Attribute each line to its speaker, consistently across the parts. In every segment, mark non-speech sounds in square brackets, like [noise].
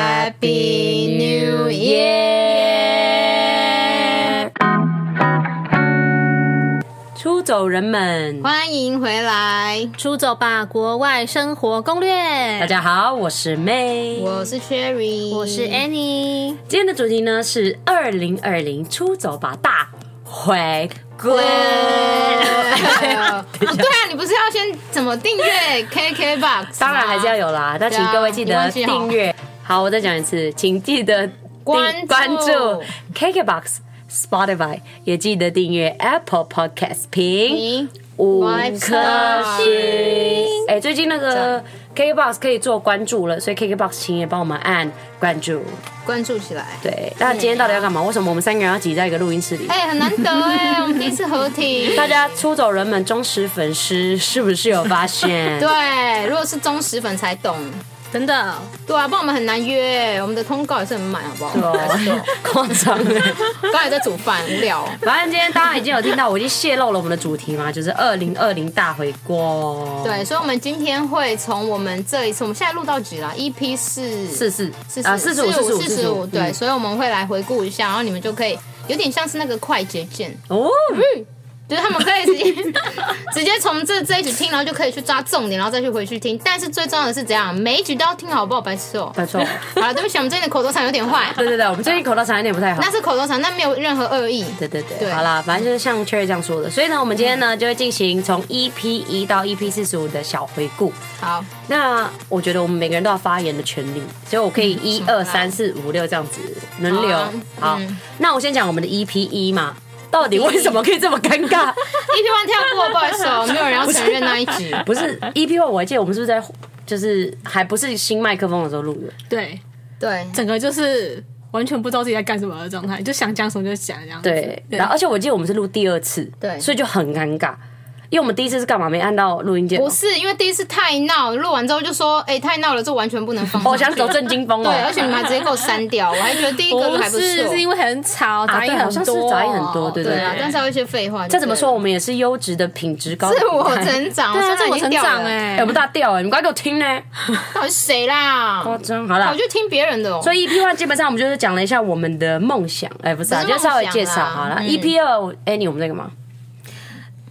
Speaker 1: Happy New Year！
Speaker 2: 出走人们，
Speaker 1: 欢迎回来，
Speaker 3: 出走吧，国外生活攻略。
Speaker 2: 大家好，我是 May，
Speaker 1: 我是 Cherry，
Speaker 3: 我是 Annie。
Speaker 2: 今天的主题呢是二零二零出走吧大回归。
Speaker 1: 哦，对啊，你不是要先怎么订阅 KKBox？
Speaker 2: 当然还是要有
Speaker 1: 啊
Speaker 2: 啦，但请各位记
Speaker 1: 你
Speaker 2: 得
Speaker 1: 忘记哦
Speaker 2: 订阅。好，我再讲一次，请记得订
Speaker 1: 关注
Speaker 2: 关注 KKBox、Spotify，也记得订阅 Apple Podcast 评
Speaker 1: 评
Speaker 2: 五
Speaker 1: 五
Speaker 2: 颗
Speaker 1: 颗
Speaker 2: 星
Speaker 1: 星。
Speaker 2: 哎、最近那个 KKBox 可以做关注了，所以 KKBox 请也帮我们按关注。
Speaker 1: 关注起来。
Speaker 2: 对，那今天到底要干嘛？为什么我们三个人要挤在一个录音室里？
Speaker 1: 哎，很难得哎，我们第一次合
Speaker 2: [laughs]
Speaker 1: 体。
Speaker 2: 大家出走人们忠实粉丝是不是有发现？
Speaker 1: [laughs] 对，如果是忠实粉才懂。
Speaker 3: 真的，
Speaker 1: 对啊，不然我们很难约。我们的通告也是很满，好不好？
Speaker 2: 哦，夸张哎。
Speaker 1: 刚才在煮饭，无聊。
Speaker 2: 反正今天大家已经有听到，我已经泄露了我们的主题嘛，就是二零二零大回锅。，
Speaker 1: 对，所以，我们今天会从我们这一次，我们现在录到几了？EP 四
Speaker 2: 四四
Speaker 1: 四
Speaker 2: 啊，四
Speaker 1: 四
Speaker 2: 十五，
Speaker 1: 四
Speaker 2: 四
Speaker 1: 四
Speaker 2: 十
Speaker 1: 十
Speaker 2: 五，
Speaker 1: 五，对，
Speaker 2: 嗯
Speaker 1: 所以我们会来回顾一下，然后你们就可以有点像是那个快捷
Speaker 2: [laughs]
Speaker 1: 键，
Speaker 2: 哦，
Speaker 1: 就是他们可以直接直接从这这一局听，然后就可以去抓重点，然后再去回去听。但是最重要的是怎样，每一局都要听好，不好白痴哦。
Speaker 2: 没错。
Speaker 1: 好了，对不起，我们这里口头禅有点坏，
Speaker 2: [laughs] 对对对，我们最近口头禅有点不太好
Speaker 1: 那。是口头禅，但没有任何恶意。
Speaker 2: 对对对，
Speaker 1: 对
Speaker 2: 好啦，反正就是像 Cherry 这样说的，所以呢，我们今天呢就会进行从 EP 一到 EP 四十五的小回顾。
Speaker 1: 好，
Speaker 2: 那我觉得我们每个人都有发言的权利，所以我可以一
Speaker 1: 什么
Speaker 2: 二
Speaker 1: 嗯啦
Speaker 2: 三四五六这样子轮流
Speaker 1: 好啊。
Speaker 2: 好
Speaker 1: 嗯，E
Speaker 2: 那我先讲我们的 EP 一嘛，到底为什么可以这么尴
Speaker 1: [laughs]
Speaker 2: 尬？
Speaker 1: 一，E P one 跳过，不好意思哦，没有人要承认那一集。
Speaker 2: 不是 EP one，我还记得我们是不是在就是还不是新麦克风的时候录的？
Speaker 3: 对，
Speaker 1: 对，
Speaker 3: 整个就是完全不知道自己在干什么的状态，就想讲什么就讲这样子。
Speaker 2: 对，然后而且我记得我们是录第二次，
Speaker 1: 对
Speaker 2: 所以就很尴尬，因为我们第一次是干嘛？没按到录音键哦。
Speaker 1: 不是因为第一次太闹，录完之后就说，哎、太闹了，这完全不能放。
Speaker 2: 哦，我想走正经风哦。
Speaker 1: 对，而且你们还直接给我删掉，我还觉得第一个还
Speaker 3: 不
Speaker 1: 不
Speaker 3: 是，
Speaker 1: 错
Speaker 3: 是因为很吵，
Speaker 2: 啊
Speaker 3: 杂音
Speaker 2: 对好像
Speaker 3: 很
Speaker 2: 是
Speaker 3: 多，
Speaker 2: 杂音很多，对
Speaker 1: 对啊，
Speaker 2: 对。
Speaker 1: 但是还有一些废话。
Speaker 2: 再怎么说，我？们也是优质的品质
Speaker 1: [laughs]
Speaker 2: 高的
Speaker 1: 自我
Speaker 2: 平台
Speaker 1: 成长，
Speaker 3: 对啊，
Speaker 1: 现在
Speaker 3: 自
Speaker 1: 已
Speaker 3: 我
Speaker 1: 经
Speaker 3: 成
Speaker 1: 掉
Speaker 3: 长
Speaker 1: 了。
Speaker 3: 哎、
Speaker 2: 哎，我们大掉哎，你快给我听呢！
Speaker 1: 到底是谁啦？
Speaker 2: 夸张，好啦
Speaker 1: 我。就听别人的哦。
Speaker 2: 所以 EP one 基本上我们就是讲了一下我们的梦想，哎，不是啊，
Speaker 1: 不
Speaker 2: 就是稍微
Speaker 1: 梦想嗯
Speaker 2: 介绍
Speaker 1: 啦
Speaker 2: 好了。EP 二，Annie，我们在哎干嘛？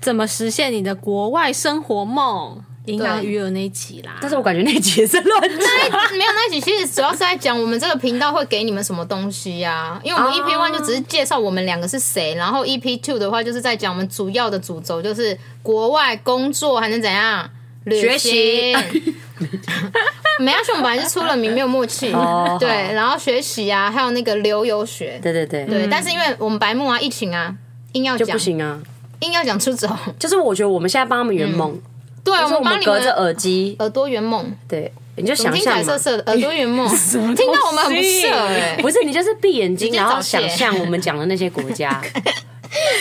Speaker 3: 怎么实现你的国外生活梦？银行余额那一集啦，
Speaker 2: 但是我感觉那集也是乱讲。
Speaker 1: [laughs] 那一没有那一集，其实主要是在讲我们这个频道会给你们什么东西呀、因为我们
Speaker 2: 哦
Speaker 1: EP one 就只是介绍我们两个是谁，然后 EP two 的话就是在讲我们主要的主轴就是国外工作还能怎样旅
Speaker 2: 学习
Speaker 1: 行没关系，我们本来是出了名没有默契
Speaker 2: 哦，
Speaker 1: 对
Speaker 2: 好，
Speaker 1: 然后学习啊，还有那个留游学，
Speaker 2: 对对对，
Speaker 1: 对，但是因为我们白目啊，疫情啊，硬要
Speaker 2: 就
Speaker 1: 讲
Speaker 2: 不，行啊。
Speaker 1: 硬要讲出走， [laughs]
Speaker 2: 就是我觉得我们现在帮他们圆梦，
Speaker 1: 对，啊
Speaker 2: 就
Speaker 1: 我
Speaker 2: 是我
Speaker 1: 们嗯帮
Speaker 2: 们
Speaker 1: 你
Speaker 2: 隔着
Speaker 1: 们
Speaker 2: 耳机，
Speaker 1: 耳朵圆梦，
Speaker 2: 对，你就
Speaker 1: 怎
Speaker 2: 想
Speaker 1: 么听
Speaker 2: 象
Speaker 1: 彩
Speaker 2: 嘛
Speaker 1: 色。色的耳朵圆
Speaker 2: [laughs]
Speaker 1: 梦，听到我们很不适合哎。
Speaker 2: 不是，你就是闭眼睛，
Speaker 1: 直接
Speaker 2: 然
Speaker 1: 找
Speaker 2: 后想
Speaker 1: 血
Speaker 2: 象我们讲的那些国
Speaker 1: [laughs]
Speaker 2: 家。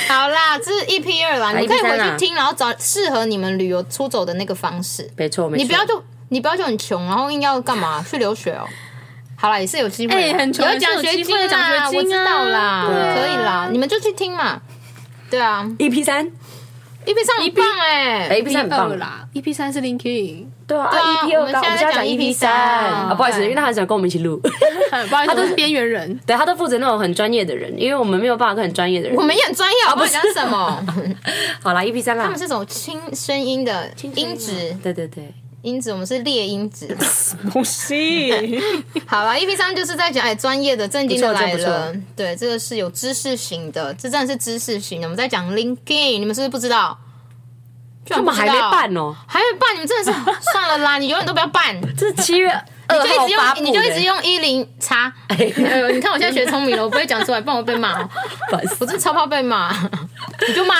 Speaker 1: 好啦，这是 EP 二啦，你可以
Speaker 2: EP3
Speaker 1: 回
Speaker 2: 啦
Speaker 1: 去听，然后找适合你们旅游出走的那个方式。
Speaker 2: 没错，没错。
Speaker 1: 你不要就你不要就很穷，然后硬要干嘛去留学哦。好啦，也是有机会啦，
Speaker 3: 哎很穷
Speaker 1: 有奖学金啦，我
Speaker 3: 还是有机会有奖学金
Speaker 1: 知
Speaker 3: 啊
Speaker 1: 道啦，
Speaker 2: 对啊
Speaker 1: 可以啦，你们就去听嘛。对啊
Speaker 2: EP E 三，
Speaker 1: ，EP 上很棒哎，
Speaker 2: 哎，EP 三很
Speaker 3: 二
Speaker 2: 棒。
Speaker 3: 啦，EP E 三是 Linkin，
Speaker 2: 对啊
Speaker 1: 对啊
Speaker 2: 啊，EP 二
Speaker 1: 我们
Speaker 2: 刚我们
Speaker 1: 现
Speaker 2: 现在讲
Speaker 1: 在讲
Speaker 2: EP 三
Speaker 1: EP3
Speaker 2: 啊，不好意思，
Speaker 1: 对
Speaker 2: 因为他很喜欢跟我们一起录， [laughs]
Speaker 3: 不好意思，我是边缘人，
Speaker 2: 对他都负责那种很专业的人，因为我们没有办法跟很专业的人
Speaker 1: 我。们也很专业，我们讲什么？
Speaker 2: [laughs] 好啦 EP 三
Speaker 1: 他
Speaker 2: 啦
Speaker 1: 们，是种轻声音的音质，
Speaker 2: 对对对，
Speaker 1: 音质我们是劣音质。
Speaker 3: 不
Speaker 1: [laughs]
Speaker 3: 是，
Speaker 1: 好啦 e p 三就是在讲哎，专业的、正经的
Speaker 2: 不错
Speaker 1: 来
Speaker 2: 这不
Speaker 1: 了。对，这个是有知识型的，这真的是知识型的。我们在讲 LinkedIn，你们是不是不知道？居
Speaker 2: 他
Speaker 1: 然
Speaker 2: 们还没
Speaker 1: 不知道，
Speaker 2: 办哦，
Speaker 1: 还没办，你们真的是算了啦，你永远都不要
Speaker 2: [laughs]
Speaker 1: 办，你
Speaker 2: 这是七月二
Speaker 1: 就
Speaker 2: 号
Speaker 1: 一直
Speaker 2: 发
Speaker 1: 用，
Speaker 2: 布的，
Speaker 1: 你就一直用一零叉。哎呦，你看我现在学聪明了，我不会讲出来，不然我被骂哦。
Speaker 2: 烦死
Speaker 1: 我真的超怕
Speaker 2: [laughs]
Speaker 1: 被骂，你就骂，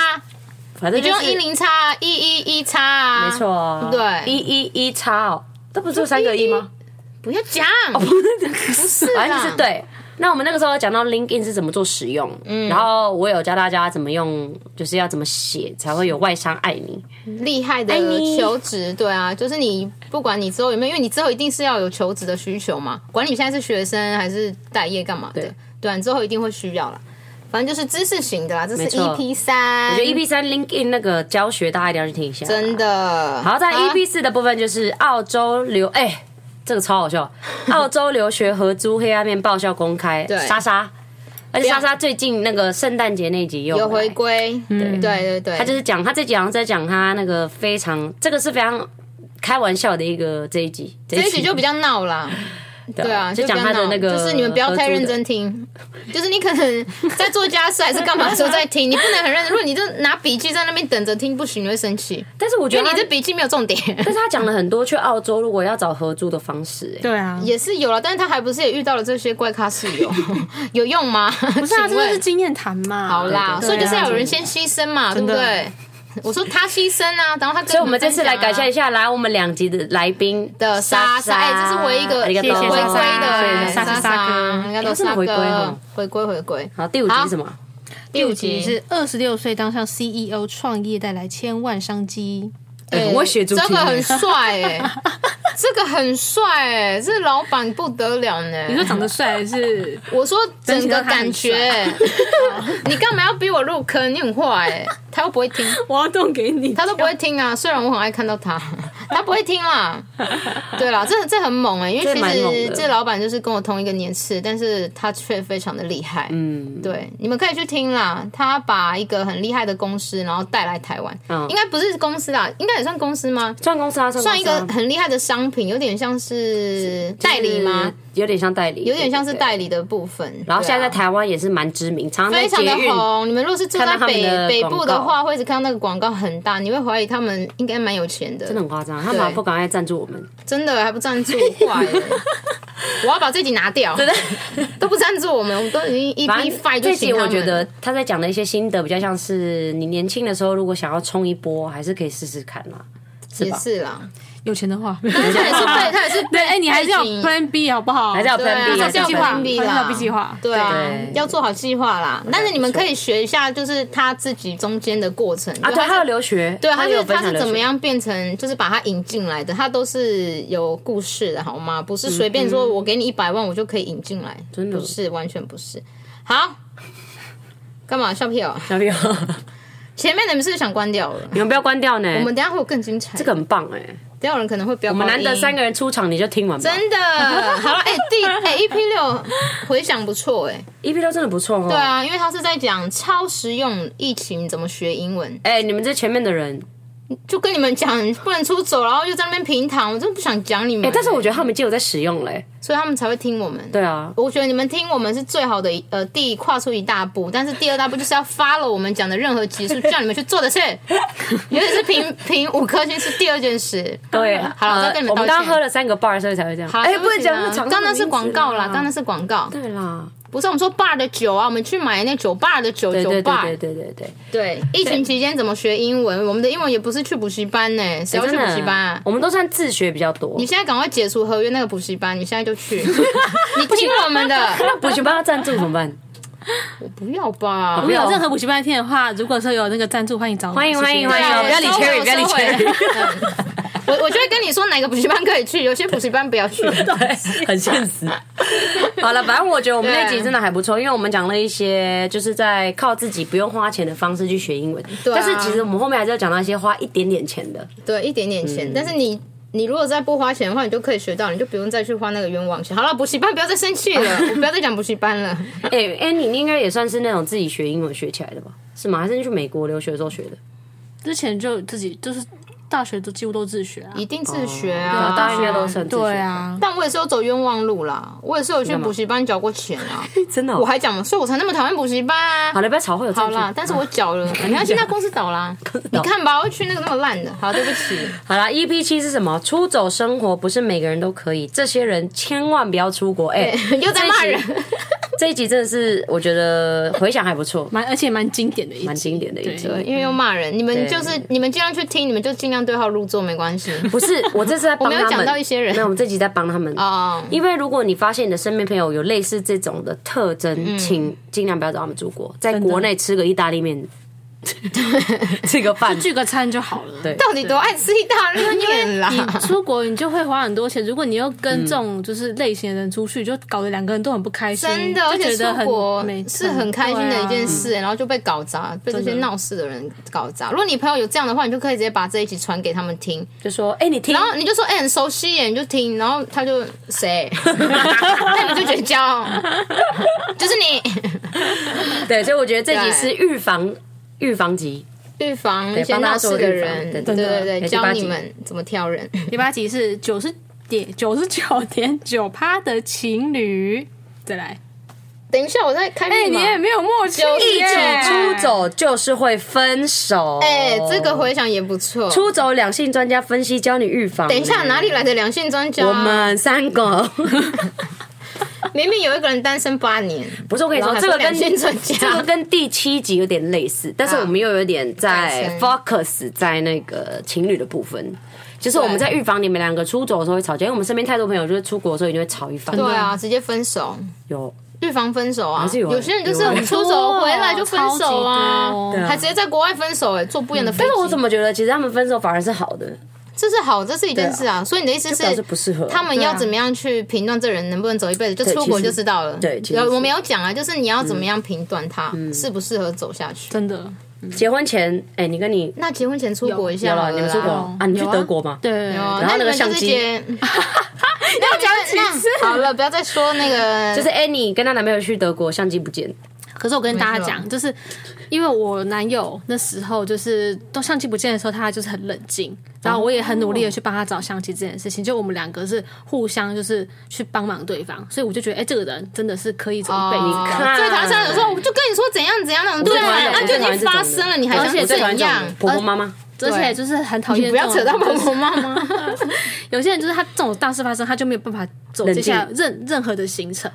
Speaker 2: 反正
Speaker 1: 你就用
Speaker 2: 是
Speaker 1: 一零叉、一一一叉啊，
Speaker 2: 没错啊，
Speaker 1: 对
Speaker 2: 一一一叉哦，这不是有三个一吗？
Speaker 1: 不要讲，
Speaker 2: [laughs] 不是
Speaker 1: 啦
Speaker 2: 反正就是对。那我们那个时候讲到 LinkedIn 是怎么做使用，
Speaker 1: 嗯
Speaker 2: 然后我有教大家怎么用，就是要怎么写才会有外商爱你。
Speaker 1: 厉害的
Speaker 2: 爱你
Speaker 1: 求职，对啊，就是你不管你之后有没有，因为你之后一定是要有求职的需求嘛，管你现在是学生还是待业干嘛的
Speaker 2: 对，
Speaker 1: 对啊，你之后一定会需要啦。反正就是知识型的啦，这是
Speaker 2: 没错
Speaker 1: EP 三
Speaker 2: 我觉得，EP E 三 LinkedIn 那个教学大家一定要去听一下。
Speaker 1: 嗯真的
Speaker 2: 好，在 E
Speaker 1: 啊
Speaker 2: EP 四的部分就是澳洲留，哎、这个超好
Speaker 1: [laughs]
Speaker 2: 笑。澳洲留学合租黑暗面爆笑公开，
Speaker 1: 对
Speaker 2: 莎莎，而且莎莎最近那个圣诞节那集又
Speaker 1: 有
Speaker 2: 来
Speaker 1: 回归，对对对，
Speaker 2: 嗯他就是讲他这集好像在讲他那个非常，这个是非常开玩笑的一个这一集，这
Speaker 1: 这一集就比较
Speaker 2: [laughs]
Speaker 1: 闹啦。对啊，
Speaker 2: 就
Speaker 1: 比较
Speaker 2: 讲他的
Speaker 1: 闹
Speaker 2: 那个，
Speaker 1: 就是你们不要太认。真听， [laughs] 就是你可能在做家事还是干嘛的时候在听，你不能很认真。如果你就拿笔记在那边等着听，不行，你会生气，
Speaker 2: 但是我觉
Speaker 1: 因
Speaker 2: 得
Speaker 1: 为
Speaker 2: 他
Speaker 1: 你这，笔记没有重点。
Speaker 2: 但是他讲了很多去澳洲如果要找合租的方式、欸，
Speaker 3: 对啊，
Speaker 1: 也是有了，但是他还不是也遇到了这些怪咖室
Speaker 2: [laughs]
Speaker 1: 友，有用吗？不
Speaker 3: 不是啊，这就是经验谈嘛。
Speaker 1: 好啦，
Speaker 3: 对
Speaker 1: 所以就是
Speaker 3: 对啊
Speaker 1: 要有人先牺牲嘛，对不
Speaker 3: 的
Speaker 1: 对？我说他牺牲啊，然后他跟
Speaker 2: 所以我们这次来
Speaker 1: 分享啊
Speaker 2: 感谢一下来我们两集的来宾
Speaker 1: 的莎莎，哎，这是我一个
Speaker 2: 谢
Speaker 1: 回
Speaker 2: 谢
Speaker 1: 归
Speaker 2: 莎莎
Speaker 1: 的
Speaker 2: 谢
Speaker 1: 哎
Speaker 2: 谢
Speaker 3: 莎
Speaker 2: 莎
Speaker 3: 莎
Speaker 2: 莎。
Speaker 1: 莎，应该都
Speaker 2: 哎
Speaker 1: 是
Speaker 2: 这么
Speaker 1: 莎
Speaker 2: 回归
Speaker 1: 哥
Speaker 2: 哦
Speaker 1: 回归回归。
Speaker 2: 好，第五集
Speaker 1: 好
Speaker 2: 是什么？
Speaker 1: 第五
Speaker 3: 你是二十六岁当上 CEO 创业带来千万商机，
Speaker 2: 哎很会写主题
Speaker 1: 这个很
Speaker 2: 耶
Speaker 1: 帅
Speaker 2: [laughs]
Speaker 1: 哎，这个很帅哎，这老板不得了呢。
Speaker 3: 你说长得帅还是？
Speaker 1: 我说整个感
Speaker 3: 真
Speaker 1: 觉， [laughs] 你干嘛要逼我入坑？你很坏哎，他又不会听，
Speaker 3: 我要动给
Speaker 1: [laughs]
Speaker 3: 你，
Speaker 1: 他都不会听啊。虽然我很爱看到他， [laughs] 他不会听
Speaker 2: [laughs]
Speaker 1: 啦。对啦，这这很猛哎、因为
Speaker 2: 这蛮猛
Speaker 1: 其
Speaker 2: 的
Speaker 1: 实这老板就是跟我同一个年次，但是他却非常的厉害。嗯，对，你们可以去听啦。他把一个很厉害的公司，然后带来台湾，
Speaker 2: 嗯
Speaker 1: 应该不是公司啦，应该也算公司吗？
Speaker 2: 算公司啊，算公司啊
Speaker 1: 算一个很厉害的商品，有点像是代理吗？？
Speaker 2: 有点像代理，
Speaker 1: 有点像是
Speaker 2: 对。对对
Speaker 1: 代理的部分。
Speaker 2: 然后现在在
Speaker 1: 对啊。
Speaker 2: 台湾也是蛮知名，常常在
Speaker 1: 啊非常
Speaker 2: 捷
Speaker 1: 的
Speaker 2: 运
Speaker 1: 红，你们如果是住
Speaker 2: 看到
Speaker 1: 在
Speaker 2: 他们
Speaker 1: 北
Speaker 2: 的
Speaker 1: 北
Speaker 2: 广
Speaker 1: 部的
Speaker 2: 告
Speaker 1: 话，会一直看到那个广告很大，你会怀疑他们应该蛮有钱的，
Speaker 2: 真的很夸张，他们
Speaker 1: 对
Speaker 2: 好像不赶快赞助我们，
Speaker 1: 真的还不赞助，坏
Speaker 2: [laughs]
Speaker 1: 了！我要把这集拿掉， [laughs] 都不赞助我们，我们都已经一
Speaker 2: 反
Speaker 1: 批 five
Speaker 2: 正
Speaker 1: 就
Speaker 2: 这
Speaker 1: 请
Speaker 2: 集
Speaker 1: 他
Speaker 2: 我
Speaker 1: 们
Speaker 2: 觉得他在讲的一些心得，比较像是你年轻的时候，如果想要冲一波，还是可以试试看啊啦，是
Speaker 1: 也
Speaker 2: 吧？
Speaker 1: 是啦，
Speaker 3: 有钱的话，
Speaker 1: 但是 [laughs] 他也是被他也是
Speaker 3: [laughs] 对，哎，你还是要
Speaker 1: 背景
Speaker 3: Plan B 好不好？
Speaker 2: 还是要
Speaker 1: 对
Speaker 2: Plan
Speaker 1: 啊，
Speaker 2: B，还
Speaker 1: 还是
Speaker 2: 是
Speaker 1: 要
Speaker 2: 要
Speaker 3: 计
Speaker 1: Plan
Speaker 3: 划
Speaker 1: B
Speaker 3: 还是
Speaker 1: 啦
Speaker 3: 要 B 计划
Speaker 1: 对啊
Speaker 2: 对，
Speaker 1: 要做好计划啦。但是你们可以学一下，就是他自己中间的过程
Speaker 2: 啊，
Speaker 1: 就
Speaker 2: 对，还有
Speaker 1: 他是
Speaker 2: 留学，
Speaker 1: 对，他
Speaker 2: 有
Speaker 1: 是
Speaker 2: 分
Speaker 1: 他
Speaker 2: 享
Speaker 1: 是
Speaker 2: 留
Speaker 1: 怎
Speaker 2: [laughs]
Speaker 1: 么
Speaker 2: 学？
Speaker 1: 样变成就是把他引进来的，他都是有故事的好吗？不是随便说我给你一百万我就可以引进来，
Speaker 2: 嗯真的
Speaker 1: 不是完全不是。好，干嘛笑屁哦？
Speaker 2: 小朋友，
Speaker 1: 前面的你们是不是想关掉了？
Speaker 2: 你们不要关掉呢，
Speaker 1: 我们等一下会有更精彩，
Speaker 2: 这个很棒哎，
Speaker 1: 等一下有人可能会标。我
Speaker 2: 我们难得三，个人出场，你就听完吧。 [laughs]
Speaker 1: 真的好了，哎、第哎 EP 六回响不错哎、
Speaker 2: EP 六真的不错哦，对
Speaker 1: 对，啊，因为他是在讲超实用疫情怎么学英文，
Speaker 2: 哎，你们这前面的人，
Speaker 1: 就跟你们讲不能出走，然后又在那边平躺，我真的不想讲你们、
Speaker 2: 哎，但是我觉得他们就有在使用嘞，
Speaker 1: 所以他们才会听我们。
Speaker 2: 对啊，
Speaker 1: 我觉得你们听我们是最好的一呃第一跨出一大步，但是第二大步就是要 follow 我们讲的任何集数，叫你们去做的
Speaker 2: [laughs]
Speaker 1: 事，尤其是评评五颗星是第二件事。
Speaker 2: 对，
Speaker 1: 好了我再
Speaker 2: 呃
Speaker 1: 跟你们
Speaker 2: 我们
Speaker 1: 道
Speaker 2: 刚
Speaker 1: 歉
Speaker 2: 刚喝了三个 bar，所以才会这样。
Speaker 1: 好啦
Speaker 2: 哎，
Speaker 1: 对
Speaker 2: 不能
Speaker 1: 起
Speaker 2: 讲
Speaker 1: 啦
Speaker 2: 那个长
Speaker 1: 刚刚是广
Speaker 2: 啊
Speaker 1: 告啦，刚刚是广告，
Speaker 2: 对啦，
Speaker 1: 不是我们说 bar 的酒啊，我们去买那酒 bar 的酒，
Speaker 2: 对
Speaker 1: 酒
Speaker 2: 对对
Speaker 1: bar
Speaker 2: 对对对对。
Speaker 1: 对，疫情期间怎么学英文？我们的英文也不是去补习班呢、谁要
Speaker 2: 真
Speaker 1: 去补
Speaker 2: 的，
Speaker 1: 习班啊？
Speaker 2: 我们都算自学比较多。
Speaker 1: 你现在赶快解除合约那个补习班，你现在就
Speaker 2: [laughs]
Speaker 1: 去，你听我们的，
Speaker 2: 那补习班要赞助怎么
Speaker 1: [laughs]
Speaker 2: 办？
Speaker 1: 我不要吧
Speaker 3: 如？果有任何补习班的听的话，如果说有那个赞助，欢迎找我们
Speaker 2: 欢迎
Speaker 3: 谢谢
Speaker 2: 欢迎欢迎
Speaker 1: 对
Speaker 2: 不要理
Speaker 1: 收回
Speaker 2: Cherry，不要理
Speaker 1: 收回
Speaker 2: Cherry
Speaker 1: [laughs] 嗯我我就会跟你说哪个补习班可以去，有些补习班不
Speaker 2: [laughs]
Speaker 1: 要去。
Speaker 2: 对，很现实。
Speaker 1: [laughs]
Speaker 2: 好了，反正我觉得我们那集真的还不错，因为我们讲了一些就是在靠自己不用花钱的方式去学英文。
Speaker 1: 对啊
Speaker 2: 但是其实我们后面还是要讲到一些花一点点钱的。
Speaker 1: 对，一点点
Speaker 2: 嗯
Speaker 1: 钱，但是你。你如果再不花钱的话，你就可以学到，你就不用再去花那个冤枉钱。好了，补习班不要再生气了，
Speaker 2: [laughs]
Speaker 1: 我不要再讲补习班了。
Speaker 2: 哎、
Speaker 1: 啊
Speaker 2: 哎，你应该也算是那种自己学英文学起来的吧？是吗？还是你去美国留学的时候学的？
Speaker 3: 之前就自己就是大学都几乎都自学啊，
Speaker 1: 一定自学
Speaker 2: 对
Speaker 1: 啊，
Speaker 2: 啊大家应该都是很自学
Speaker 3: 对啊，
Speaker 1: 但我也是有走冤枉路啦，我也是有去补习班缴过钱啊，
Speaker 2: 真的哦、
Speaker 1: 我还讲嘛，所以我才那么讨厌补习班啊。
Speaker 2: 好了，不要吵，会有
Speaker 1: 好
Speaker 2: 证据
Speaker 1: 啦，但是我缴了，你看现在公司倒啦，你看吧，我去那个那么烂的，好，对不起。
Speaker 2: 好啦 EP 七是什么？出走生活不是每个人都可以，这些人千万不要出国。哎、
Speaker 1: [laughs] 又在骂人
Speaker 2: 这一集。这一集真的是我觉得回想还不错，
Speaker 3: 蛮而且蛮经典的一
Speaker 2: 蛮
Speaker 3: 集，
Speaker 2: 经典的一集。
Speaker 1: 对，因为又骂人，你们就是你们尽量去听，你们就尽量对号入座，没关系。
Speaker 2: 不
Speaker 1: [laughs]
Speaker 2: 是，我这是在帮
Speaker 1: 我
Speaker 2: 他
Speaker 1: 没有
Speaker 2: 们。
Speaker 1: 讲到一些人
Speaker 2: 没有，我们这集在帮他们。
Speaker 1: 哦，
Speaker 2: 因为如果你发现你的身边朋友有类
Speaker 1: 嗯 [laughs]
Speaker 2: 似这种的特征，请尽量不要找他们出国，在国内吃个意大利面吃个饭
Speaker 3: 就。聚个餐就好了。
Speaker 2: 对
Speaker 1: 到底多爱吃意大利面啊啦？
Speaker 3: 你 [laughs] 出国你就会花很多钱，如果你又跟这种就是类型的人出去，就搞得两个人都很不开心，
Speaker 1: [laughs] 真的，而
Speaker 3: 就
Speaker 1: 且
Speaker 3: 觉得
Speaker 1: 出
Speaker 3: 很
Speaker 1: 国
Speaker 3: 没
Speaker 1: 是很开心的一件。
Speaker 3: 对啊
Speaker 1: 事、然后就被搞砸，被这些闹事的人搞砸。如果你朋友有这样的话，你就可以直接把这一集传给他们听，
Speaker 2: 就说，哎、你听
Speaker 1: 然，后你就说：“哎、很熟悉耶！”你就听，然后他就
Speaker 2: [laughs]
Speaker 1: 谁，那你就绝交，就是你
Speaker 2: 对，所以我觉得这集
Speaker 1: 对
Speaker 2: 是预防预防级，
Speaker 1: 预防一
Speaker 2: 对
Speaker 1: 些
Speaker 2: 帮大
Speaker 1: 闹
Speaker 2: 家
Speaker 1: 事
Speaker 2: 做
Speaker 1: 的
Speaker 2: 预防
Speaker 1: 人，对
Speaker 2: 对对
Speaker 1: 对对
Speaker 2: 对
Speaker 1: 对，
Speaker 2: 第
Speaker 1: 教
Speaker 2: 八
Speaker 1: 你
Speaker 2: 集
Speaker 1: 们怎么挑人。
Speaker 3: 第八集是九十点九十九点九趴的情侣，再来，
Speaker 1: 等一下，我在开
Speaker 3: 哎、
Speaker 1: 密
Speaker 3: 你
Speaker 1: 码。
Speaker 3: 也没有默契耶，
Speaker 1: 一
Speaker 2: 一起出走就是会分手。
Speaker 1: 哎、这个回想也不错。
Speaker 2: 哦出走两性专家分析教你预防。
Speaker 1: 等一下，哪里来的两性专家、
Speaker 2: 我
Speaker 1: 啊？
Speaker 2: 们三
Speaker 1: [laughs]
Speaker 2: 个，
Speaker 1: 明明有一个人单身八年，
Speaker 2: 不是我跟你
Speaker 1: 然后
Speaker 2: 说，这
Speaker 1: 还
Speaker 2: 个
Speaker 1: 两
Speaker 2: 跟
Speaker 1: 性专家，
Speaker 2: 这个跟第七集有点类似，但是我们又有点在
Speaker 1: 啊
Speaker 2: focus 在那个情侣的部分。就是我们在预防你们两个出走的时候会吵架，因为我们身边太多朋友就是出国的时候一定会吵一番。
Speaker 1: 对啊，直接分手，
Speaker 2: 有
Speaker 1: 预防分手啊。
Speaker 2: 还是有
Speaker 1: 些人就是
Speaker 2: 有
Speaker 1: 我出走回来就分手啊
Speaker 3: 超级多，
Speaker 1: 还直接在国外分手、哎，坐不一样的
Speaker 2: 嗯
Speaker 1: 飞
Speaker 2: 但是我
Speaker 1: 机，
Speaker 2: 怎么觉得其实他们分手反而是好的，
Speaker 1: 这是好，这是一件事啊。所以你的意思
Speaker 2: 表示
Speaker 1: 是
Speaker 2: 不适合。
Speaker 1: 他们要怎么样去评断这人能不能走一辈子，就
Speaker 2: 对
Speaker 1: 出国
Speaker 2: 其实
Speaker 1: 就知道了。
Speaker 2: 对其实
Speaker 1: 有
Speaker 2: 是嗯
Speaker 1: 我们有讲啊，就是你要怎么样评断他适不适合走下去。
Speaker 3: 真的
Speaker 2: 结婚前，哎，你跟你
Speaker 1: 那结婚前出国一下
Speaker 2: 有
Speaker 1: 好
Speaker 2: 了，
Speaker 1: 了啦，
Speaker 2: 你们出国
Speaker 3: 哦
Speaker 2: 啊？你去
Speaker 3: 有啊
Speaker 2: 德国吗？
Speaker 3: 对
Speaker 1: 有啊
Speaker 2: 然后那个
Speaker 1: 你们就
Speaker 2: 相
Speaker 1: 是
Speaker 2: 机 [laughs]
Speaker 1: 结那讲几次？好了，不要再说那个，
Speaker 2: 就是 Annie 跟她男朋友去德国，相机不见，
Speaker 3: 可是我跟大家
Speaker 1: 没
Speaker 3: 讲，就是因为我男友那时候就是都相机不见的时候，他就是很冷静，然后我也很努力的去帮他找相机这件事情，就我们两个是互相就是去帮忙对方，所以我就觉得，哎、这个人真的是可以走一辈子
Speaker 1: 哦
Speaker 3: 的。
Speaker 2: 看
Speaker 1: 最讨厌有时候我就跟你说怎样怎样那种，对
Speaker 2: 最讨厌
Speaker 1: 啊，
Speaker 2: 这
Speaker 1: 那
Speaker 2: 种
Speaker 1: 就已
Speaker 2: 我最讨厌这
Speaker 1: 经
Speaker 2: 种
Speaker 1: 发
Speaker 2: 人
Speaker 1: 生了，你还
Speaker 3: 而
Speaker 1: 想
Speaker 3: 且
Speaker 2: 我最讨厌
Speaker 1: 怎
Speaker 2: 这种
Speaker 1: 样
Speaker 2: 人？婆婆妈妈。
Speaker 3: 而且就是很讨
Speaker 1: 你
Speaker 3: 厌，
Speaker 1: 不要扯到婆婆妈妈。
Speaker 3: [laughs] 有些人就是他这种大事发生，他就没有办法走接下来任任何的行程，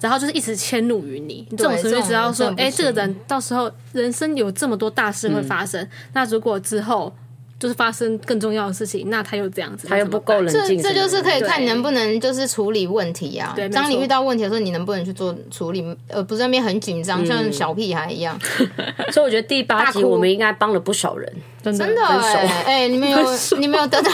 Speaker 3: 然后就是一直迁怒于你。这种时候就知道
Speaker 1: 这
Speaker 3: 说，
Speaker 1: 种
Speaker 3: 哎、
Speaker 1: 这
Speaker 3: 这
Speaker 1: 种
Speaker 3: 个人到时候人生有这么多大事会发
Speaker 1: 嗯
Speaker 3: 生，那如果之后就是发生更重要的事情，那他又这样子，
Speaker 2: 他又
Speaker 3: 那怎么
Speaker 2: 不
Speaker 3: 办
Speaker 2: 够冷
Speaker 1: 这
Speaker 2: 静什么的，
Speaker 1: 这就是可以看
Speaker 3: 对
Speaker 1: 你能不能就是处理问题啊
Speaker 3: 对。没
Speaker 1: 当你
Speaker 3: 错
Speaker 1: 遇到问题的时候，你能不能去做处理？呃，不是在那边很紧
Speaker 2: 嗯
Speaker 1: 张，像小屁孩
Speaker 2: [laughs]
Speaker 1: 一样，
Speaker 2: 所以我觉得第八集
Speaker 1: 大哭
Speaker 2: 我们应该帮了不少人，
Speaker 3: 真的
Speaker 1: 真的
Speaker 2: 手
Speaker 1: 哎哎，你们有你们有得到 [laughs]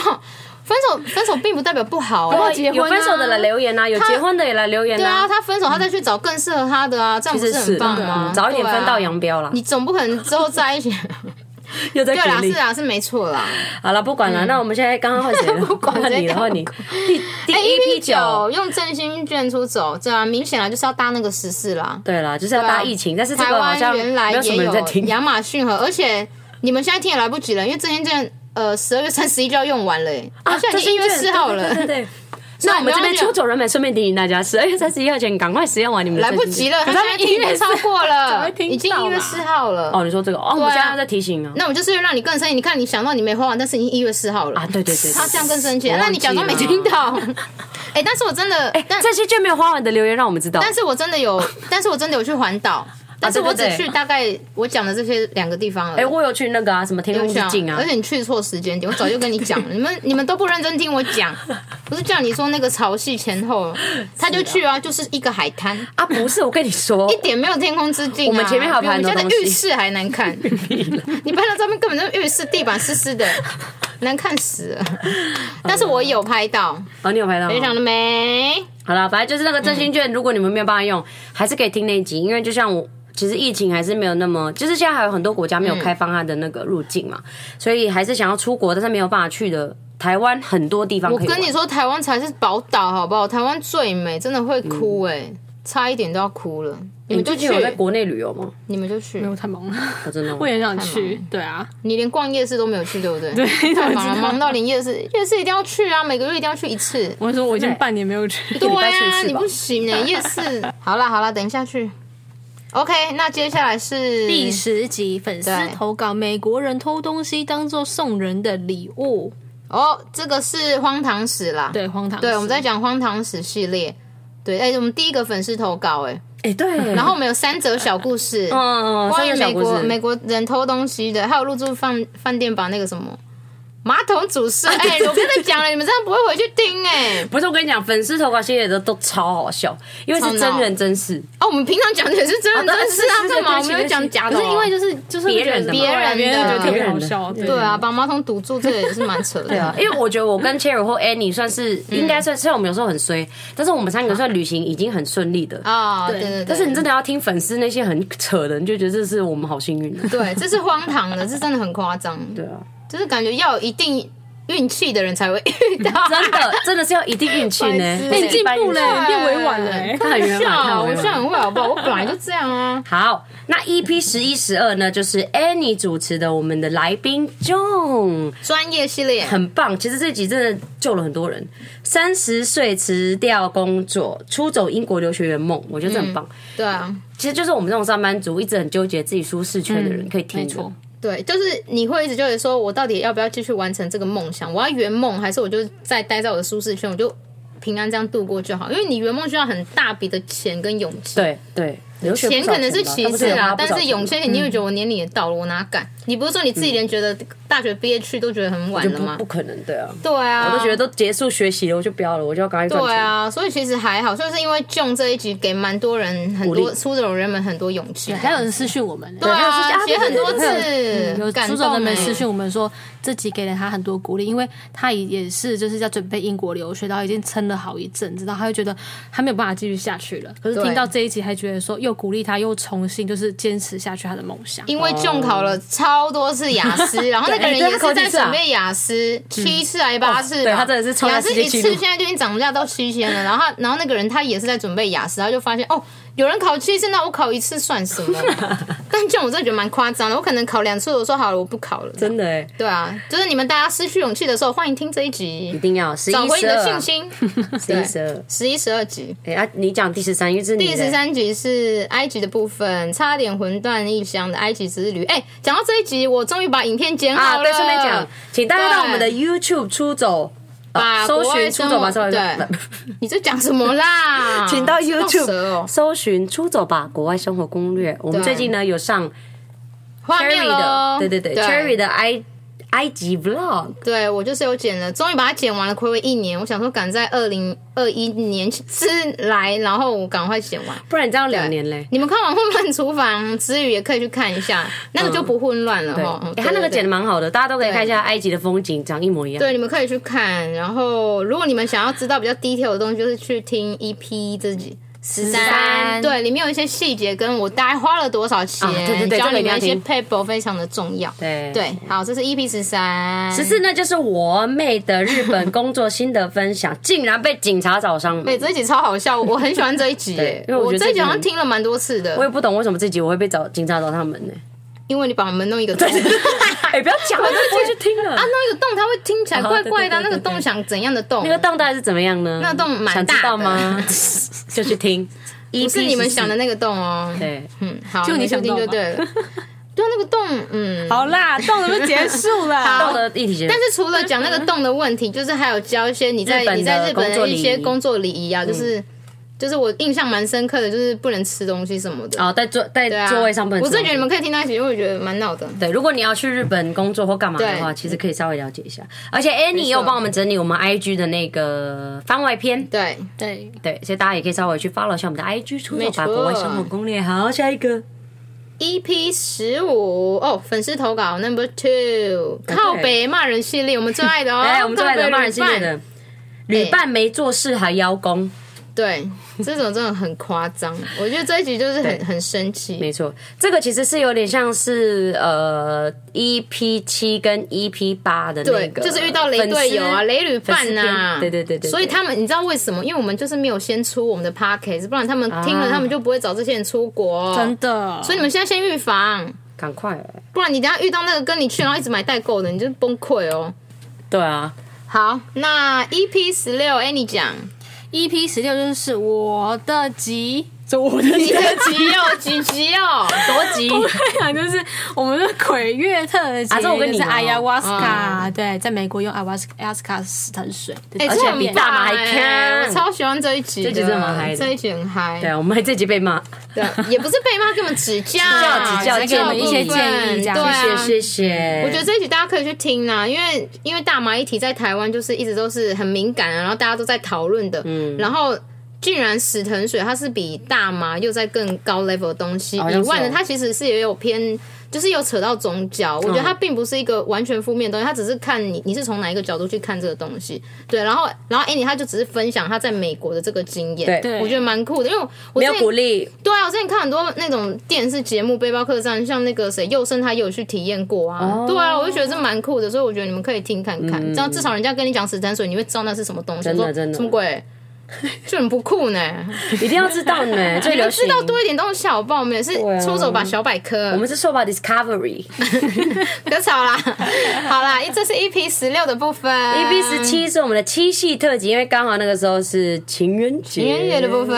Speaker 1: 分手？分手并不代表不好
Speaker 3: 不
Speaker 1: 啊
Speaker 3: 好。结婚啊
Speaker 2: 哎有分手的来留言啊，有结婚的也来留言
Speaker 1: 对啊，
Speaker 2: 啊，
Speaker 1: 他分手，他再去找更适合他的啊，这样不
Speaker 2: 这
Speaker 1: 是很棒
Speaker 2: 的
Speaker 1: 吗？
Speaker 2: 嗯早一点
Speaker 1: 对啊
Speaker 2: 分道扬镳啦。
Speaker 1: 你总不可能之后在一起，
Speaker 2: 又 [laughs] 在
Speaker 1: 对啦，
Speaker 2: 鼓励
Speaker 1: 是。啊，是没错啦。
Speaker 2: 好了，不管了，那我们现在刚刚换
Speaker 1: [laughs]
Speaker 2: 谁了？
Speaker 1: 管
Speaker 2: 换你了，换你。第第
Speaker 1: 哎
Speaker 2: 一批
Speaker 1: 九
Speaker 2: 九，
Speaker 1: 用振兴券出走，这啊，明显啊就是要搭那个时事啦。
Speaker 2: 对啦，就是要
Speaker 1: 对啊
Speaker 2: 搭疫情，但是这
Speaker 1: 台
Speaker 2: 个好
Speaker 1: 湾
Speaker 2: 像
Speaker 1: 原
Speaker 2: 没
Speaker 1: 来
Speaker 2: 有什
Speaker 1: 也
Speaker 2: 么人在听。
Speaker 1: 亚马逊河，而且你们现在听也来不及了，因为振兴券呃十二月三十一就要用完了、欸，啊，现在已经一月四号了，
Speaker 2: 对对
Speaker 1: [laughs]
Speaker 2: 对。对那我们这边出走人们顺便提醒大家，十二月三十一号前赶快使用完你们的
Speaker 1: 来不
Speaker 2: 证
Speaker 1: 及
Speaker 2: 件
Speaker 1: 了，
Speaker 3: 可是
Speaker 1: 他
Speaker 3: 他
Speaker 1: 现在
Speaker 3: 们
Speaker 1: 一月超过
Speaker 3: 早
Speaker 1: 了
Speaker 3: 就，听
Speaker 1: 已经
Speaker 3: 到
Speaker 1: 一月
Speaker 3: 嘛
Speaker 1: 四号了。
Speaker 2: 哦，你说这个哦，我
Speaker 1: 对啊
Speaker 2: 们现在要在提醒啊。
Speaker 1: 那我就是让你更生气，你看你想到你没花完，但是已经一月四号了
Speaker 2: 啊，对对对，
Speaker 1: 他这样更生气，
Speaker 2: 我
Speaker 1: 那
Speaker 2: 忘
Speaker 1: 你
Speaker 2: 记
Speaker 1: 假装没
Speaker 2: 了
Speaker 1: 听到。
Speaker 2: [laughs]
Speaker 1: 哎、但是我真的，
Speaker 2: 哎，
Speaker 1: 但
Speaker 2: 这些券没有花完的留言让我们知道。
Speaker 1: 但是我真的有，但是我真的有去
Speaker 2: [laughs]
Speaker 1: 环岛，但是我只
Speaker 2: 啊对对对
Speaker 1: 去大概我讲的这些两个地方了。
Speaker 2: 哎，我有去那个啊，什么天空
Speaker 1: 有
Speaker 2: 之
Speaker 1: 讲
Speaker 2: 境啊
Speaker 1: 而，且你去错时间点，我早就跟你讲，
Speaker 2: [laughs]
Speaker 1: 了，你们你们都不认真听我讲，不是叫你说那个潮汐前后，他就去啊，就是一个海滩，
Speaker 2: 啊，不是，我跟你说，
Speaker 1: [laughs] 一点没有天空之境、啊。
Speaker 2: 我们前面还有拍
Speaker 1: 比
Speaker 2: 很多
Speaker 1: 我们家
Speaker 2: 东
Speaker 1: 的
Speaker 2: 西
Speaker 1: 浴室还
Speaker 2: [laughs]
Speaker 1: 难看，你拍的照片根本就是浴室地板湿湿的，难看死了。但是我有拍到，
Speaker 2: 哦，你有拍到吗？
Speaker 1: 非常的美。
Speaker 2: 好了，反正就是那个振兴券，如果你们没有办法用，还是可以听那一集，因为就像我。其实疫情还是没有那么，就是现在还有很多国家没有开放它的那个入境嘛，
Speaker 1: 嗯
Speaker 2: 所以还是想要出国，但是没有办法去的，台湾很多地方
Speaker 1: 我
Speaker 2: 可以玩。
Speaker 1: 跟你说，台湾才是宝岛，好不好？台湾最美，真的会哭哎、差一点都要哭了。
Speaker 2: 嗯你
Speaker 1: 你们就
Speaker 2: 最
Speaker 1: 去
Speaker 2: 近，有在国内旅游吗？
Speaker 1: 你们就去
Speaker 3: 没，有太忙了，
Speaker 1: 哦
Speaker 2: 我真的
Speaker 3: [laughs] 我
Speaker 2: 吗
Speaker 3: 也很想去，对啊，
Speaker 1: 你连逛夜市都没有去，对不对？
Speaker 3: 对
Speaker 1: 太
Speaker 3: 怎么
Speaker 1: 忙了，
Speaker 3: 知道
Speaker 1: 忙到连夜市，夜市一定要去啊，每个月一定要去一次。
Speaker 3: 我说我已经半年没有去，
Speaker 1: 对
Speaker 2: 礼拜去一次
Speaker 1: 啊，
Speaker 2: 吧
Speaker 1: 你
Speaker 3: [laughs]
Speaker 1: 不行 [laughs] 呢、夜市。好啦好啦，等一下去。OK，那接下来是
Speaker 3: 第十集粉丝
Speaker 1: 对
Speaker 3: 投稿，美国人偷东西当做送人的礼物，
Speaker 1: 哦，这个是荒唐史啦。
Speaker 3: 对，荒唐。
Speaker 1: 对，我们在讲荒唐史系列。对，哎、我们第一个粉丝投稿、哎，
Speaker 2: 哎、对，
Speaker 1: 然后我们有三则小故事。
Speaker 2: 嗯，嗯，
Speaker 1: 关
Speaker 2: 三
Speaker 1: 于
Speaker 2: 个小
Speaker 1: 美
Speaker 2: 故
Speaker 1: 国
Speaker 2: 事，
Speaker 1: 美国人偷东西的，还有入住饭饭店把那个什么马桶主事，哎、我跟你讲了，你们真的不会回去听哎、
Speaker 2: 不是我跟你讲，粉丝投稿系列的都超好笑，因为
Speaker 1: 超
Speaker 2: 是
Speaker 1: 闹
Speaker 2: 真人真事。
Speaker 1: 哦，我们平常讲的也是真人
Speaker 2: 哦对
Speaker 1: 真事啊，
Speaker 2: 是是
Speaker 1: 干嘛？
Speaker 2: 对
Speaker 1: 我
Speaker 2: 不起
Speaker 1: 们有讲假的、
Speaker 3: 可
Speaker 1: 哦，
Speaker 3: 是因为就是就是
Speaker 2: 别人的嘛啊
Speaker 1: 别人的
Speaker 3: 别人觉得特别好
Speaker 2: 别
Speaker 3: 笑，
Speaker 1: 对啊，把马桶堵住，这也是蛮扯
Speaker 2: [laughs]
Speaker 1: 的。
Speaker 2: 对啊，因为我觉得我跟 Cherry 或 Annie 算是应该算，虽然我们有时候很衰，但是我们三个算旅行已经很顺利的。
Speaker 1: 啊、对对对，
Speaker 2: 但是你真的要听粉丝那些很扯的，你就觉得这是我们好幸运的。啊
Speaker 1: 对，这是荒唐的，这真的很夸张，
Speaker 2: 对啊，
Speaker 1: 就是感觉要有一定运气的人才会遇到。
Speaker 2: [laughs]
Speaker 1: [laughs]
Speaker 2: 真的真的是要一定运气呢。
Speaker 1: 粉丝
Speaker 2: 不
Speaker 3: 哎
Speaker 2: 是
Speaker 3: 你进
Speaker 2: 一般
Speaker 3: 步
Speaker 2: 人
Speaker 3: 了
Speaker 1: 对
Speaker 3: 变委婉了
Speaker 2: 欸
Speaker 3: 哎
Speaker 1: 开
Speaker 2: 太
Speaker 1: 玩笑，
Speaker 2: 委
Speaker 1: 我
Speaker 2: 婉了
Speaker 1: 现在很会好不好？我本来就这样啊。
Speaker 2: 好，那 EP 十一、十二呢，就是 Annie 主持的我们的来宾 John，
Speaker 1: 专业系列，
Speaker 2: 很棒。其实这集真的救了很多人。三十岁辞掉工作，出走英国留学圆梦，我觉得这很棒。
Speaker 1: 对啊，
Speaker 2: 其实就是我们这种上班族一直很纠结自己舒适圈的人，
Speaker 1: 嗯
Speaker 2: 可以听
Speaker 3: 没
Speaker 2: 的
Speaker 3: 错。
Speaker 1: 对，就是你会一直就会说，我到底要不要继续完成这个梦想？我要圆梦，还是我就再待在我的舒适圈，我就平安这样度过就好？因为你圆梦需要很大笔的钱跟勇气。
Speaker 2: 对对，留学不
Speaker 1: 钱
Speaker 2: 少
Speaker 1: 可能是
Speaker 2: 吧
Speaker 1: 其
Speaker 2: 他不
Speaker 1: 次
Speaker 2: 是有
Speaker 1: 啦
Speaker 2: 花，不
Speaker 1: 但
Speaker 2: 少
Speaker 1: 是
Speaker 2: 钱嗯
Speaker 1: 勇
Speaker 2: 吗
Speaker 1: 气你定会觉得我年龄也到了，我哪敢？你不是说你自己连觉得大学毕业去都觉得很晚了吗
Speaker 2: 不？可能，对啊。
Speaker 1: 对啊，
Speaker 2: 我都觉得都结束学习了，我就不要了，我就要赶快赚
Speaker 1: 对
Speaker 2: 钱。
Speaker 1: 啊，所以其实还好，就是因为 John 这一集给蛮多人很
Speaker 2: 鼓
Speaker 1: 多
Speaker 2: 励
Speaker 1: 出走人们很多勇气，
Speaker 3: 还有人私讯我们，
Speaker 1: 对啊，
Speaker 2: 还有
Speaker 1: 写很多
Speaker 2: 还有
Speaker 1: 次，
Speaker 3: 有
Speaker 1: 感
Speaker 3: 出走的
Speaker 1: 动
Speaker 3: 们
Speaker 1: 欸
Speaker 3: 私讯我们说，这集给了他很多鼓励，因为他也也是就是要准备英国留学，然后已经撑了好一阵子，然后他就觉得他没有办法继续下去了。可是
Speaker 1: 对
Speaker 3: 听到这一集，还觉得说又鼓励他，又重新就是坚持下去他的梦想。
Speaker 1: 因为 John 考了超多次雅思，然后那个人
Speaker 2: 哦对
Speaker 1: 也
Speaker 2: 他考
Speaker 1: 是
Speaker 2: 几
Speaker 1: 在
Speaker 2: 次啊哦
Speaker 1: 准备雅思七次还是八次吧，
Speaker 2: 对他真的是冲
Speaker 1: 雅
Speaker 2: 在
Speaker 1: 思
Speaker 2: 世界
Speaker 1: 一
Speaker 2: 纪
Speaker 1: 次
Speaker 2: 录
Speaker 1: 现在就已经涨价到七千了，然后他然后那个人他也是在准备雅思，他就发现哦，有人考七次，那我考一次算什
Speaker 2: [laughs]
Speaker 1: 么？但 John 我真的觉得蛮夸张的，我可能考两次，我说好了，我不考了。
Speaker 2: 真的哎，
Speaker 1: 对啊，就是你们大家失去勇气的时候，欢迎听这一集，
Speaker 2: 一定要十一
Speaker 1: 找回你
Speaker 2: 十
Speaker 1: 的
Speaker 2: 二
Speaker 1: 信
Speaker 2: 啊，
Speaker 1: 心。
Speaker 2: [laughs] 十一十二。
Speaker 1: 十一、十二集，
Speaker 2: 哎啊，你讲第十三，因为这是你
Speaker 1: 第
Speaker 2: 的
Speaker 1: 十，三集是埃及的部分，差点魂断异乡的埃及之旅。哎、讲到这一集，我终于把影片剪
Speaker 2: 啊，
Speaker 1: 好了。
Speaker 2: 对，顺便讲，请大家到我们的
Speaker 1: 对
Speaker 2: YouTube 出走，
Speaker 1: 把
Speaker 2: 啊搜
Speaker 1: 国外
Speaker 2: 寻
Speaker 1: 生
Speaker 2: 出
Speaker 1: 活
Speaker 2: 走吧，搜
Speaker 1: 对，啊你在讲什么啦？
Speaker 2: [laughs] 请到
Speaker 1: 放蛇哦
Speaker 2: YouTube 搜寻“出走吧国外生活攻略”。我们
Speaker 1: 对
Speaker 2: 最近呢有上
Speaker 1: 画面
Speaker 2: Cherry 的
Speaker 1: 喽，，
Speaker 2: 对对对
Speaker 1: 对
Speaker 2: ，Cherry 的埃埃及 Vlog，
Speaker 1: 对我就是有剪了，终于把它剪完了，暌违一年。我想说，赶在二零二一年之来，然后我赶快剪完。
Speaker 2: 不然你这样两年嘞。
Speaker 1: 你们看完《混乱厨房之余》也可以去看一下，那个就不混乱了
Speaker 2: 对，
Speaker 1: 哈。嗯
Speaker 2: 哎他那个
Speaker 1: 对对
Speaker 2: 剪的蛮好的，大家都可以看一下埃及的风景，长一模一样。
Speaker 1: 对，你们可以去看。然后，如果你们想要知道比较 detail 的东西，就是去听 E EP 自己。十
Speaker 2: 13
Speaker 1: 对，里面有一些细节，跟我大概花了多少钱，
Speaker 2: 啊对对对
Speaker 1: 教
Speaker 2: 这
Speaker 1: 你
Speaker 2: 个
Speaker 1: 们
Speaker 2: 一
Speaker 1: 一些
Speaker 2: 定
Speaker 1: paper 非常的重要。
Speaker 2: 对
Speaker 1: 对，好，这是 EP 十三，
Speaker 2: 十四呢，就是我妹的日本工作心得分享，竟然被警察找
Speaker 1: [laughs]
Speaker 2: 上
Speaker 1: 对
Speaker 2: 门。
Speaker 1: 这一集超好笑，我很喜欢这
Speaker 2: [laughs]
Speaker 1: 一集耶
Speaker 2: 对，因为我觉得
Speaker 1: 这
Speaker 2: 这
Speaker 1: 一
Speaker 2: 一集
Speaker 1: 集好像
Speaker 2: 很
Speaker 1: 听了蛮多次的
Speaker 2: 我，也不懂为什么自己我会被找警察找上门
Speaker 1: [laughs]
Speaker 2: 呢、
Speaker 1: 因为你把门弄一个洞，
Speaker 2: 哎、不要讲了，我就不会去听了。
Speaker 1: [laughs] 啊，弄一个洞，它会听起来
Speaker 2: 哦
Speaker 1: 怪怪的啊，
Speaker 2: 对对对
Speaker 1: 那个
Speaker 2: 对
Speaker 1: 洞想怎样的洞？
Speaker 2: 那个洞到底是怎么样呢？
Speaker 1: 那个洞蛮
Speaker 2: 想
Speaker 1: 大的
Speaker 2: 知道
Speaker 1: [laughs]
Speaker 2: 吗？就去听，不
Speaker 1: 不是你们想的那个洞哦。
Speaker 2: 对。
Speaker 1: 嗯，好，
Speaker 3: 就你
Speaker 1: 们
Speaker 3: 想
Speaker 1: 去听
Speaker 3: 到
Speaker 1: 就
Speaker 3: 吧
Speaker 1: 对了。 [laughs] 对，那个洞，嗯，
Speaker 3: 好啦，到了就结束
Speaker 1: [laughs]
Speaker 3: 了。
Speaker 2: 道德议题节目
Speaker 1: 但是除了讲那个洞的问题，就是还有教一些你在
Speaker 2: 日本的
Speaker 1: 你在日本
Speaker 2: 工作礼仪嗯
Speaker 1: 的一些工作礼仪啊，就是就是我印象蛮深刻的，就是不能吃东西什么的。
Speaker 2: 哦，在座
Speaker 1: 对
Speaker 2: 在
Speaker 1: 啊，
Speaker 2: 座位上不能
Speaker 1: 我
Speaker 2: 吃
Speaker 1: 真
Speaker 2: 东西。
Speaker 1: 的觉得你们可以听到一起，因为我觉得蛮闹的。
Speaker 2: 对，如果你要去日本工作或干嘛的话，
Speaker 1: 对
Speaker 2: 其实可以稍微了解一下。而且 Annie 也有帮我们整理我们 IG 的那个番外篇，
Speaker 1: 对，
Speaker 3: 对，
Speaker 2: 对，所以大家也可以稍微去 follow 一下我们的 IG，出走
Speaker 1: 没
Speaker 2: 吧
Speaker 1: 错
Speaker 2: 国外生活攻略。好，下一个
Speaker 1: EP E 十五哦，粉丝投稿 Number Two，
Speaker 2: 啊对哎
Speaker 1: 靠北骂人系列，我们最爱
Speaker 2: [laughs]
Speaker 1: 的哦，
Speaker 2: 来，我们最爱
Speaker 1: 靠
Speaker 2: 的
Speaker 1: 北
Speaker 2: 骂人系列
Speaker 1: 旅伴，
Speaker 2: 的旅伴没做事还邀功，
Speaker 1: 对，这种真的很夸张，我觉得这一集就是
Speaker 2: 对
Speaker 1: 很很生气，
Speaker 2: 没错，这个其实是有点像是呃 EP 七跟 EP 八的那
Speaker 1: 对，
Speaker 2: 个，
Speaker 1: 就是遇到雷队友啊、
Speaker 2: 粉丝
Speaker 1: 雷旅伴呐、
Speaker 2: 粉丝篇对对对对对
Speaker 1: 所以他们你知道为什么？因为我们就是没有先出我们的 podcast，不然他们听了、
Speaker 2: 啊
Speaker 1: 他们就不会找这些人出国。
Speaker 3: 真，的，
Speaker 1: 所以你们现在先预防，
Speaker 2: 赶快欸，
Speaker 1: 不然你等一下遇到那个跟你去然后一直买代购的，你就崩溃哦。E
Speaker 2: 对啊，
Speaker 1: 好，
Speaker 3: E
Speaker 1: 那 EP 十六，哎，你讲，
Speaker 3: EP 十六就是我的集，就我的
Speaker 1: 你很急哦，急急哦，
Speaker 2: 多
Speaker 1: [laughs]
Speaker 2: 急，
Speaker 3: [laughs] 讲啊就是我们的鬼月特辑，
Speaker 2: 啊这我跟你
Speaker 3: 是
Speaker 2: 玩哦
Speaker 3: 阿亚瓦斯卡，对，在美国用阿瓦斯阿斯卡死藤水，对
Speaker 1: 哎，
Speaker 2: 而且
Speaker 1: 这很
Speaker 2: 比
Speaker 1: 棒
Speaker 2: 大麻还
Speaker 1: 哎
Speaker 2: 看
Speaker 1: 我超喜欢这一集，
Speaker 2: 这集真的蛮嗨的
Speaker 1: 这一集很嗨，
Speaker 2: 对，我啊们还这集被骂，
Speaker 1: 对，也不是被骂，给我们指教，
Speaker 2: 指教指教给我们一些
Speaker 1: 部
Speaker 3: 建
Speaker 1: 分
Speaker 3: 议这样
Speaker 1: 对啊，
Speaker 2: 谢谢谢谢。
Speaker 1: 我觉得这一集大家可以去听啦，因为因为大麻议题在台湾就是一直都是很敏感、啊，然后大家都在讨论的，
Speaker 2: 嗯
Speaker 1: 然后。竟然死藤水它是比大麻又在更高 level 的东西
Speaker 2: 好
Speaker 1: 以
Speaker 2: 像是
Speaker 1: 外呢
Speaker 2: 哦，
Speaker 1: 它其实是也有偏，就是有扯到宗教。我觉得它并不是一个完全负面的东西，它只是看你你是从哪一个角度去看这个东西。对，然后然后 Annie 他就只是分享他在美国的这个经验，
Speaker 2: 对
Speaker 1: 我觉得蛮酷的，因为我
Speaker 2: 没
Speaker 1: 之
Speaker 2: 有
Speaker 1: 前
Speaker 2: 鼓励，
Speaker 1: 对啊，我之前看很多那种电视节目背包客栈，像那个谁佑胜他也有去体验过啊。
Speaker 2: 哦
Speaker 1: 对啊，我就觉得这蛮酷的，所以我觉得你们可以听看看，这样至少人家跟你讲死藤水，你会知道那是什么东
Speaker 2: 嗯
Speaker 1: 西。
Speaker 2: 真的
Speaker 1: 我说
Speaker 2: 真的
Speaker 1: 什么鬼？就很不酷
Speaker 2: [laughs]
Speaker 1: 呢，
Speaker 2: 一定要知道
Speaker 1: [laughs]
Speaker 2: 呢，最
Speaker 1: 你
Speaker 2: 流
Speaker 1: 们知
Speaker 2: 行。
Speaker 1: 道多一点东西好不好？我们也是
Speaker 2: 对啊
Speaker 1: 出手吧小百科，
Speaker 2: 我
Speaker 1: [laughs]
Speaker 2: 们是说吧 Discovery
Speaker 1: 别吵啦。好啦，这是 EP 十六的部分
Speaker 2: EP 十七是我们的七夕特辑，因为刚好那个时候是情人节，
Speaker 1: 音乐的部分。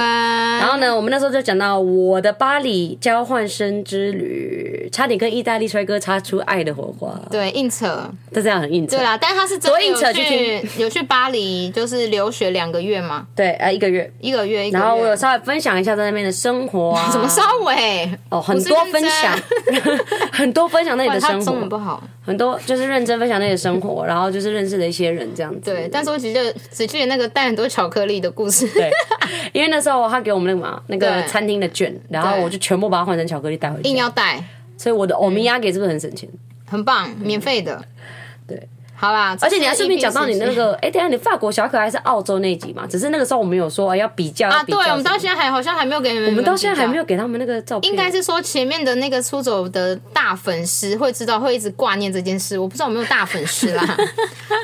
Speaker 2: 然后呢，我们那时候就讲到我的巴黎交换生之旅，差点跟意大利帅哥擦出爱的火花，
Speaker 1: 对，硬扯，
Speaker 2: 但这样很硬扯
Speaker 1: 对。啦，但他是真
Speaker 2: 多
Speaker 1: 的
Speaker 2: 硬
Speaker 1: 有
Speaker 2: 扯去
Speaker 1: 去有去巴黎，就是留学两个月嘛，
Speaker 2: 对，呃，一个月。
Speaker 1: 一个月一个月。
Speaker 2: 然后我有稍微分享一下在那边的生活啊，
Speaker 1: 怎么稍微？
Speaker 2: 哦，很
Speaker 1: 不是
Speaker 2: 多
Speaker 1: 认
Speaker 2: 分
Speaker 1: 真
Speaker 2: 享， [laughs] 很多分享那里
Speaker 1: 哇
Speaker 2: 的
Speaker 1: 他
Speaker 2: 生
Speaker 1: 中文不
Speaker 2: 活，
Speaker 1: 好，
Speaker 2: 很多就是认真分享那里的生活，然后就是认识了一些人这样子。
Speaker 1: 对，但是我只记得只记得那个带很多巧克力的故事，
Speaker 2: 对，因为那时候他给我们那个嘛那个
Speaker 1: 对
Speaker 2: 餐厅的券，然后
Speaker 1: 对
Speaker 2: 我就全部把它换成巧克力带回
Speaker 1: 硬
Speaker 2: 家，
Speaker 1: 要带，
Speaker 2: 所以我的欧米亚给是不是很省钱？
Speaker 1: 很棒，免费的。
Speaker 2: 对，
Speaker 1: 好啦，
Speaker 2: 而且你还顺便讲到你那
Speaker 1: 这是 EP
Speaker 2: 个，哎，等一下你法国小可爱是澳洲那一集嘛？只是那个时候我们有说哎要比较
Speaker 1: 啊，
Speaker 2: 要比
Speaker 1: 对
Speaker 2: 较，
Speaker 1: 我们到
Speaker 2: 什么
Speaker 1: 现在还好像还没有给你们，我
Speaker 2: 我们到现在还没
Speaker 1: 有。
Speaker 2: 有给他们那个照片，
Speaker 1: 应该是说前面的那个出走的大粉丝会知道，会一直挂念这件事。我不知道有没有大粉丝
Speaker 2: [laughs]
Speaker 1: 啦，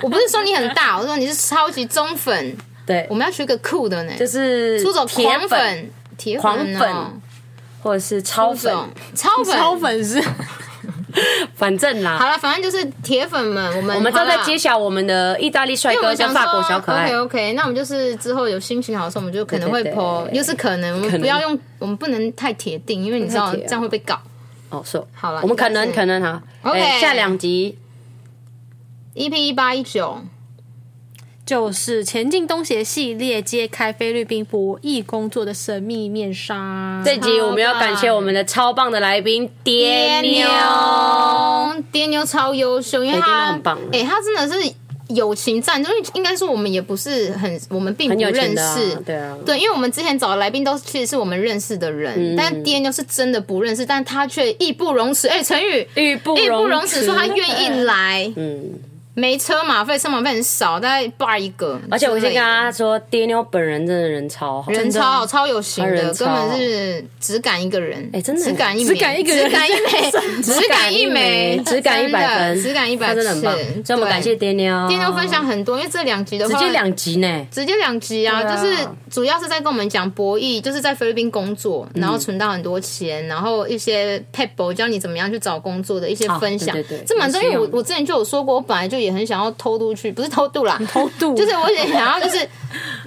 Speaker 1: 我不是说你很大，我说你是超级忠粉。
Speaker 2: 对
Speaker 1: 我，们要取个酷的呢，
Speaker 2: 就是
Speaker 1: 出走
Speaker 2: 铁
Speaker 1: 狂粉、铁
Speaker 2: 狂
Speaker 1: 粉哦、
Speaker 2: 粉或者是超
Speaker 1: 出
Speaker 2: 粉，
Speaker 1: 走超粉、
Speaker 3: 超粉丝，
Speaker 2: 反正啦，
Speaker 1: 好了，反正就是铁粉们，我们
Speaker 2: 我们
Speaker 1: 好
Speaker 2: 正
Speaker 1: 啦
Speaker 2: 在揭晓我们的意大利帅
Speaker 1: 因为
Speaker 2: 哥
Speaker 1: 我们
Speaker 2: 跟
Speaker 1: 想
Speaker 2: 法国小可爱
Speaker 1: OK。OK，那我们就是之后有心情好的时候，我们就可能会
Speaker 2: 对对对
Speaker 1: po，又是可能，我们不要用，我们不能太铁定，因为你知道
Speaker 2: 不能太铁啊
Speaker 1: 这样会被搞。
Speaker 2: 哦，是哦，
Speaker 1: 好啦
Speaker 2: 我们可能
Speaker 1: 应该
Speaker 2: 可
Speaker 1: 是
Speaker 2: 能哈
Speaker 1: OK
Speaker 2: 哎下两集
Speaker 1: EP E 一八一九，
Speaker 3: 就是前进东协系列揭开菲律宾博弈工作的神秘面纱。
Speaker 2: 这集我们要感谢我们的超棒的来宾爹妞，
Speaker 1: 爹妞超优秀，因为
Speaker 2: 对爹妞
Speaker 1: 他
Speaker 2: 很棒
Speaker 1: 哎，他真的是友情战，因为应该说我们也不是很，我们并不
Speaker 2: 很有
Speaker 1: 认
Speaker 2: 钱的啊
Speaker 1: 识，，
Speaker 2: 对啊，
Speaker 1: 对，因为我们之前找的来宾都其实是我们认识的人，
Speaker 2: 嗯
Speaker 1: 但爹妞是真的不认识，但他却义不容辞。哎、陈宇
Speaker 2: 义不容辞
Speaker 1: 义不容辞，说他愿
Speaker 2: [laughs]
Speaker 1: 意来，
Speaker 2: 嗯，
Speaker 1: 没车马费，车马费很少，大概八一个。
Speaker 2: 而且我先
Speaker 1: 真
Speaker 2: 跟
Speaker 1: 的
Speaker 2: 他说，爹妞本人真的人超好，
Speaker 1: 人超好，超有型
Speaker 2: 他
Speaker 1: 的，
Speaker 2: 人超
Speaker 1: 根
Speaker 2: 好
Speaker 1: 本是只敢一个人。
Speaker 2: 哎真的
Speaker 1: 只敢一枚，
Speaker 3: 只敢一个人
Speaker 1: 只敢一枚，只敢一枚，
Speaker 2: 只敢一百分，
Speaker 1: 只敢一百
Speaker 2: 他
Speaker 1: 次，
Speaker 2: 真的很棒，所以我们感谢
Speaker 1: 对
Speaker 2: 爹妞，
Speaker 1: 爹妞分享很多，因为这两集的
Speaker 2: 直
Speaker 1: 话，
Speaker 2: 接两集呢，
Speaker 1: 直接两集啊，
Speaker 2: 对啊
Speaker 1: 就是主要是在跟我们讲博弈，就是在菲律宾工作，然后存到很多钱，然后一些 p e b l e 教你怎么样去找工作的一些分享，
Speaker 2: 哦对对对
Speaker 1: 这蛮重要。
Speaker 2: 蛮
Speaker 1: 因
Speaker 2: 实
Speaker 1: 为我
Speaker 2: 用的
Speaker 1: 我之前就有说过，我本来就也很想要偷渡去，不是偷渡啦，
Speaker 3: 偷渡
Speaker 1: 就是我也想要就是。 [laughs]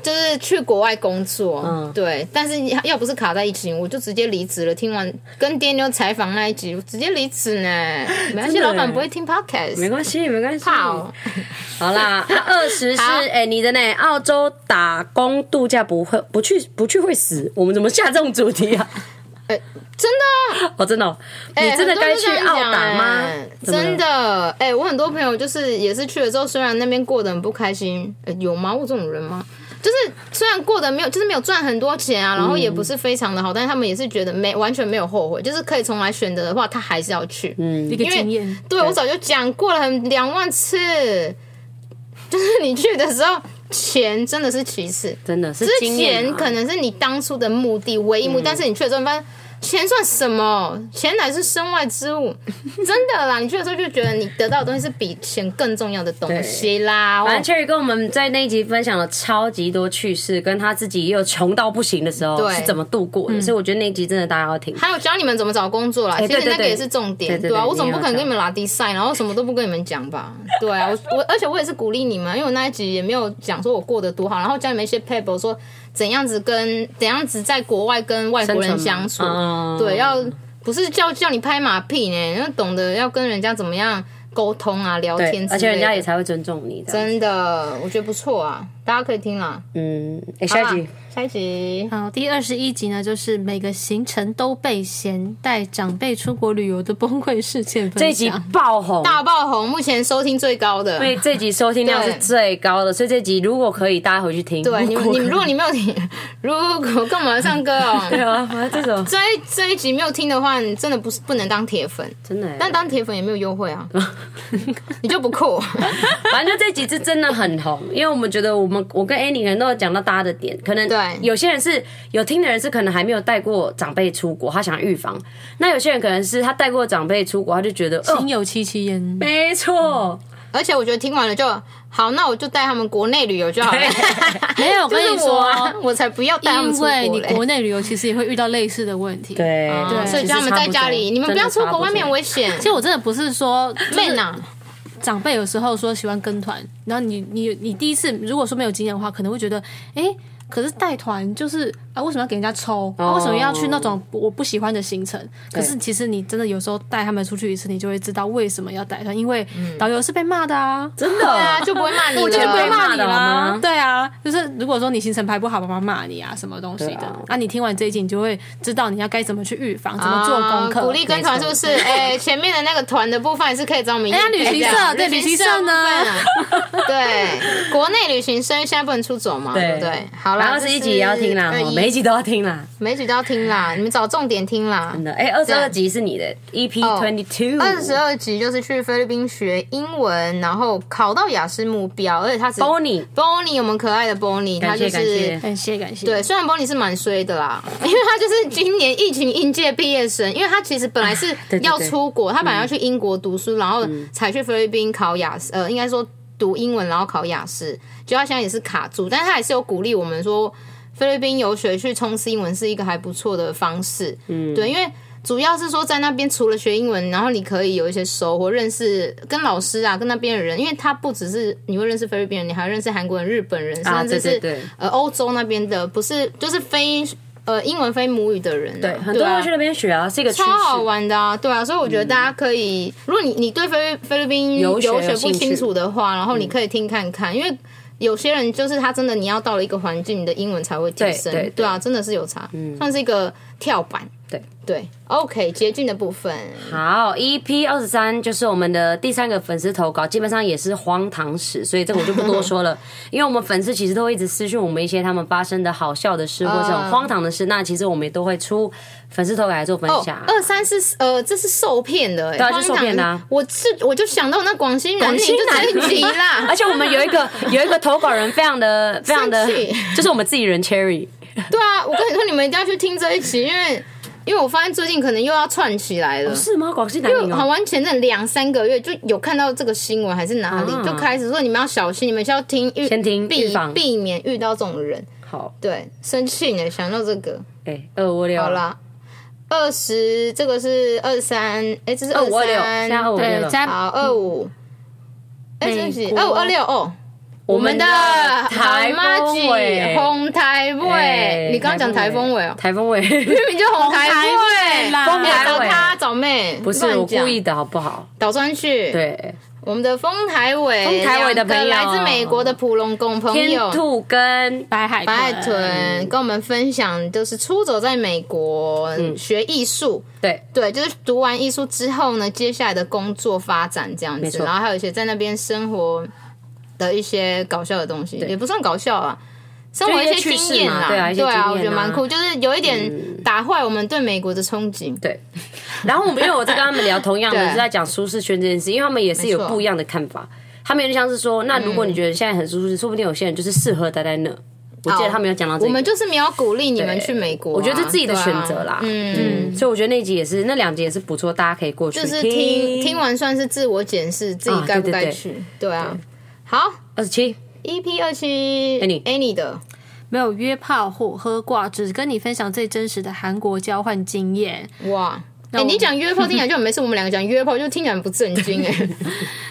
Speaker 1: 就是去国外工作，
Speaker 2: 嗯
Speaker 1: 对，但是要不是卡在疫情，我就直接离职了。听完跟爹妞采访那一集，我直接离
Speaker 2: [laughs]
Speaker 1: 职呢。没关系，
Speaker 2: 真的
Speaker 1: 老板
Speaker 2: 耶
Speaker 1: 不会听 podcast，
Speaker 2: 没关系，没关系，
Speaker 1: 怕哦。
Speaker 2: 好啦， [laughs] 二十是
Speaker 1: 好
Speaker 2: 哎、你的呢？澳洲打工度假不会不去不去会死，我们怎么下这种主题啊？
Speaker 1: [laughs] 哎、真的啊、
Speaker 2: [laughs] 哦，真的、哦，
Speaker 1: 哎
Speaker 2: 你真的
Speaker 1: 很多
Speaker 2: 该
Speaker 1: 就
Speaker 2: 去
Speaker 1: 这样
Speaker 2: 澳打
Speaker 1: 讲
Speaker 2: 吗？
Speaker 1: 哎
Speaker 2: 怎么了
Speaker 1: 真，的，哎、我很多朋友就是也是去了之后，虽然那边过得很不开心，哎有吗？我这种人吗？就是虽然过得没有，就是没有赚很多钱啊，然后也
Speaker 2: 嗯
Speaker 1: 不是非常的好，但是他们也是觉得没完全没有后悔，就是可以重来选择的话，他还是要去。
Speaker 2: 嗯
Speaker 3: 一个经验，
Speaker 1: 嗯对我早就讲过了很两万次，就是你去的时候，钱真的是其次，
Speaker 2: 真的是
Speaker 1: 之
Speaker 2: 经验
Speaker 1: 前
Speaker 2: 啊嗯
Speaker 1: 可能是你当初的目的唯一目的，但是你去了之后你发现钱算什么？钱乃是身外之
Speaker 2: [laughs]
Speaker 1: 物，真的啦！你去了之后就觉得你得到的东西是比钱更重要的东西啦。
Speaker 2: 反
Speaker 1: 哦
Speaker 2: 正 Cherry 跟我们在那一集分享了超级多趣事，跟他自己也有穷到不行的时候
Speaker 1: 对嗯
Speaker 2: 是怎么度过的，所以我觉得那一集真的大家要听。
Speaker 1: 还有教你们怎么找工作啦，其
Speaker 2: 哎对
Speaker 1: 实
Speaker 2: 对
Speaker 1: 那个
Speaker 2: 对
Speaker 1: 也是重点，
Speaker 2: 对对对
Speaker 1: 啊，我
Speaker 2: 你
Speaker 1: 总
Speaker 2: 也
Speaker 1: 不
Speaker 2: 要
Speaker 1: 可能
Speaker 2: 教
Speaker 1: 跟你们拉低赛，然后什么都不跟你们讲吧？对啊，我我而且我也是鼓励你们，因为我那一集也没有讲说我过得多好，然后教你们一些 paper 说怎样子跟怎样子在国外跟外国人相处，
Speaker 2: 嗯
Speaker 1: 对，要不是叫叫你拍马屁呢，要懂得要跟人家怎么样沟通啊，聊天
Speaker 2: 对，
Speaker 1: 之类的，
Speaker 2: 而且人家也才会尊重你这样。
Speaker 1: 真的，我觉得不错啊，大家可以听啦。
Speaker 2: 嗯，哎，下一
Speaker 1: 好
Speaker 2: 集
Speaker 1: 啦，下一集，
Speaker 3: 好，第二十一集呢，就是每个行程都被嫌带长辈出国旅游的崩溃事件
Speaker 2: 这
Speaker 3: 分
Speaker 2: 一集
Speaker 3: 享。
Speaker 2: 爆红，
Speaker 1: 大爆红，目前收听最高的。
Speaker 2: 所以这集收听量是
Speaker 1: 对
Speaker 2: 最高的，所以这集如果可以，大家回去听。
Speaker 1: 对，你
Speaker 2: 如果
Speaker 1: 们你们如果你没有听， [laughs] 如果干嘛唱歌哦？
Speaker 2: 对啊，反正这
Speaker 1: [laughs]
Speaker 2: 种
Speaker 1: 这一这一集没有听的话，你真的不是不能当铁粉，
Speaker 2: 真的欸，
Speaker 1: 但当铁粉也没有优惠啊，你就不酷。
Speaker 2: 反正就这几次真的很红，因为我们觉得我们我跟 Annie 可能都有讲到大家的点，可能
Speaker 1: 对
Speaker 2: 有些人是有听的人是可能还没有带过长辈出国，他想预防；那有些人可能是他带过长辈出国，他就觉得哦
Speaker 3: 心，有戚戚焉，
Speaker 2: 没错，
Speaker 1: 而且我觉得听完了就好，那我就带他们国内旅游就好了。
Speaker 3: 没有我跟你
Speaker 1: 就是我啊
Speaker 3: 说，
Speaker 1: 我才不要带他们出
Speaker 3: 因
Speaker 1: 国
Speaker 3: 为你
Speaker 1: 嘞
Speaker 3: 国内旅游其实也会遇到类似的问题。，
Speaker 2: 对
Speaker 1: 哦所以
Speaker 2: 其
Speaker 1: 叫
Speaker 2: 实
Speaker 1: 他们
Speaker 2: 差
Speaker 1: 在
Speaker 2: 多
Speaker 1: 家里，你们不要出
Speaker 2: 真的差
Speaker 1: 国，
Speaker 2: 多
Speaker 1: 外面很危险。
Speaker 3: 其实我真的不是说
Speaker 1: 妹
Speaker 3: 就是
Speaker 1: 呐，
Speaker 3: 长辈有时候说喜欢跟团，然后你你你第一次如果说没有经验的话，可能会觉得，哎、可是带团就是啊，为什么要给人家抽？
Speaker 2: 哦
Speaker 3: 啊、为什么要去那种我不喜欢的行程？可是其实你真的有时候带他们出去一次，你就会知道为什么要带团，因为
Speaker 2: 嗯
Speaker 3: 导游是被骂的啊。
Speaker 2: 真的
Speaker 1: 对啊，就不会 [laughs] 骂你
Speaker 2: 我觉得不会
Speaker 1: 了。
Speaker 2: 骂
Speaker 3: 你
Speaker 2: 的好
Speaker 3: 啦
Speaker 2: 吗，
Speaker 3: 对啊，就是如果说你行程排不好，爸妈骂你啊，什么东西
Speaker 2: 对
Speaker 3: 的
Speaker 2: 啊，
Speaker 3: 啊，你听完这一集，你就会知道你要该怎么去预防，怎么做
Speaker 1: 啊
Speaker 3: 功课，
Speaker 1: 鼓励跟团是不是？
Speaker 2: [laughs]
Speaker 1: 哎，前面的那个团的部分也是可以找我们一起
Speaker 3: 哎呀
Speaker 1: 配
Speaker 3: 旅
Speaker 1: 这
Speaker 3: 行
Speaker 1: 样。
Speaker 3: 社对旅行社呢
Speaker 1: 部分啊？对，国内旅行社现在不能出走嘛，对不对？好啦，
Speaker 2: 然后二十一集也要听啦，
Speaker 1: 就是
Speaker 2: 哦
Speaker 1: 21
Speaker 2: 每一集都要听啦，
Speaker 1: 每一集都要听啦，你们找重点听啦。
Speaker 2: 真的。哎，二十
Speaker 1: 对
Speaker 2: 二集是你的 EP
Speaker 1: 哦
Speaker 2: twenty two，
Speaker 1: 二十二集就是去菲律宾学英文，然后考到雅思目标，而且他只
Speaker 2: Bonnie，
Speaker 1: Bonnie 我们可爱的 Bonnie，他
Speaker 2: 感
Speaker 1: 就
Speaker 2: 谢感谢，
Speaker 1: 是
Speaker 3: 感哎谢感谢。
Speaker 1: 对，虽然 Bonnie 是蛮衰的啦， [laughs] 因为他就是今年疫情应届毕业生，因为他其实本来是
Speaker 2: 啊对对
Speaker 1: 要
Speaker 2: 对嗯
Speaker 1: 出国，他本来要去英国读书，然后才去菲律宾考雅思，呃，应该说读英文，然后考雅思，结果他现在也是卡住，但是他还是有鼓励我们说，菲律宾游学去冲刺英文是一个还不错的方式，嗯，对，因为。主要是说在那边除了学英文，然后你可以有一些收获，认识跟老师啊，跟那边的人，因为他不只是你会认识菲律宾人，你还会认识韩国人、日本人，
Speaker 2: 啊
Speaker 1: 甚至是、
Speaker 2: 对对对
Speaker 1: 呃欧洲那边的，不是就是非呃英文非母语的人、啊，对
Speaker 2: 很多人
Speaker 1: 啊
Speaker 2: 会去那边学啊，是一个趋
Speaker 1: 超好
Speaker 2: 势。
Speaker 1: 玩的啊，对啊，所以我觉得大家可以，如果你你对菲律菲律宾
Speaker 2: 游
Speaker 1: 游
Speaker 2: 学有
Speaker 1: 学不
Speaker 2: 兴
Speaker 1: 清
Speaker 2: 趣嗯
Speaker 1: 楚的话，然后你可以听看看，因为有些人就是他真的你要到了一个环境，你的英文才会提升，
Speaker 2: 对嗯对对
Speaker 1: 啊，真的是有差，算是一个跳板，
Speaker 2: 对
Speaker 1: 对，OK，捷径的部分，
Speaker 2: 好，EP 二十三就是我们的第三个粉丝投稿，基本上也是荒唐史，所以这个我就不多说
Speaker 1: [laughs]
Speaker 2: 了。因为我们粉丝其实都会一直私讯我们一些他们发生的好笑的事或者
Speaker 1: 嗯
Speaker 2: 很荒唐的事，那其实我们也都会出粉丝投稿来做分
Speaker 1: 哦
Speaker 2: 享，。
Speaker 1: 二三是呃，这是受骗的、欸，
Speaker 2: 对啊
Speaker 1: 荒
Speaker 2: 这是受
Speaker 1: 唐
Speaker 2: 骗的啊
Speaker 1: 我是我就想到那广西南宁
Speaker 2: 心难，
Speaker 1: 就这一集啦
Speaker 2: 而且我们有一个有一个投稿人非常
Speaker 1: [laughs]
Speaker 2: 的非常的
Speaker 1: 生气，
Speaker 2: 就是我们自己人 Cherry，
Speaker 1: 对啊，我跟你说，你们一定要去听这一期，因为因为我发现最近可能又要串起来了。
Speaker 2: 哦是吗？广西南
Speaker 1: 就
Speaker 2: 宁
Speaker 1: 好
Speaker 2: 哦，
Speaker 1: 完前阵两三个月就有看到这个新闻还是哪里，
Speaker 2: 啊
Speaker 1: 就开始说你们要小心，你们需要听预
Speaker 2: 先听
Speaker 1: 避
Speaker 2: 预防
Speaker 1: 避免遇到这种人。
Speaker 2: 好，
Speaker 1: 对，生气呢，想到这个，
Speaker 2: 哎，二五六，
Speaker 1: 好啦，二十这个是二三，哎，这是二
Speaker 2: 2526
Speaker 1: 三，
Speaker 2: 现在2526
Speaker 3: 对，加
Speaker 1: 好二五，哎，这是几？二五二六哦。
Speaker 2: 嗯我
Speaker 1: 我们的
Speaker 2: 台
Speaker 1: 妈
Speaker 2: 风尾
Speaker 1: 吉，红台
Speaker 2: 哎
Speaker 1: 尾，你刚刚讲台风尾哦，
Speaker 2: 台风
Speaker 1: [laughs]
Speaker 2: 尾。
Speaker 1: 明明就红台尾
Speaker 3: 啦
Speaker 1: 风台
Speaker 2: 台
Speaker 1: 找
Speaker 2: 尾
Speaker 1: 他找妹，
Speaker 2: 不是
Speaker 1: 乱
Speaker 2: 我
Speaker 1: 讲
Speaker 2: 故意的，好不好？
Speaker 1: 倒穿去。，
Speaker 2: 对，
Speaker 1: 我们的丰台尾，
Speaker 2: 丰台尾的朋友
Speaker 1: 两个来自美国的普隆宫朋
Speaker 2: 天
Speaker 1: 友。
Speaker 2: 兔跟
Speaker 3: 白海
Speaker 1: 白海豚跟我们分享，就是出走在美国、
Speaker 2: 嗯
Speaker 1: 学艺术，
Speaker 2: 对
Speaker 1: 对，就是读完艺术之后呢，接下来的工作发展这样
Speaker 2: 没
Speaker 1: 子，
Speaker 2: 错
Speaker 1: 然后还有一些在那边生活的一些搞笑的东西，也不算搞笑啊，生
Speaker 2: 就
Speaker 1: 活
Speaker 2: 一
Speaker 1: 些
Speaker 2: 些趣
Speaker 1: 经
Speaker 2: 事
Speaker 1: 验
Speaker 2: 嘛
Speaker 1: 啦，
Speaker 2: 对啊一些经验啊嗯
Speaker 1: 我觉得蛮酷，就是有一点打坏我们对美国的憧憬。
Speaker 2: 对。然后我们因为我在跟他们聊同样的，
Speaker 1: 对
Speaker 2: 是在讲舒适圈这件事，因为他们也是
Speaker 1: 没
Speaker 2: 有
Speaker 1: 错
Speaker 2: 不一样的看法。他们有点像是说，那如果你觉得现在很舒适，说不定有些人就是适合待在那。我记得他们有讲到这个，
Speaker 1: 哦我们就是没有鼓励你们去美国啊、
Speaker 2: 我觉得是自己的选择啦。
Speaker 1: 对啊嗯，
Speaker 2: 嗯，所以我觉得那集也是，那两集也是不错，大家可以过去
Speaker 1: 就是听
Speaker 2: 听
Speaker 1: 听完算是自我检视，自己
Speaker 2: 啊
Speaker 1: 该不
Speaker 2: 对对
Speaker 1: 该
Speaker 2: 对
Speaker 1: 去。对啊，好
Speaker 2: 二十七，
Speaker 1: ，EP 二七
Speaker 2: Annie
Speaker 1: Annie 的
Speaker 3: 没有 [laughs] 约炮或喝挂，只跟你分享最真实的韩国交换经验。
Speaker 1: 哇，哎、你讲约炮听起来就很没事，我们两个讲约炮就听起来很不正经
Speaker 2: [laughs]
Speaker 1: 哎、约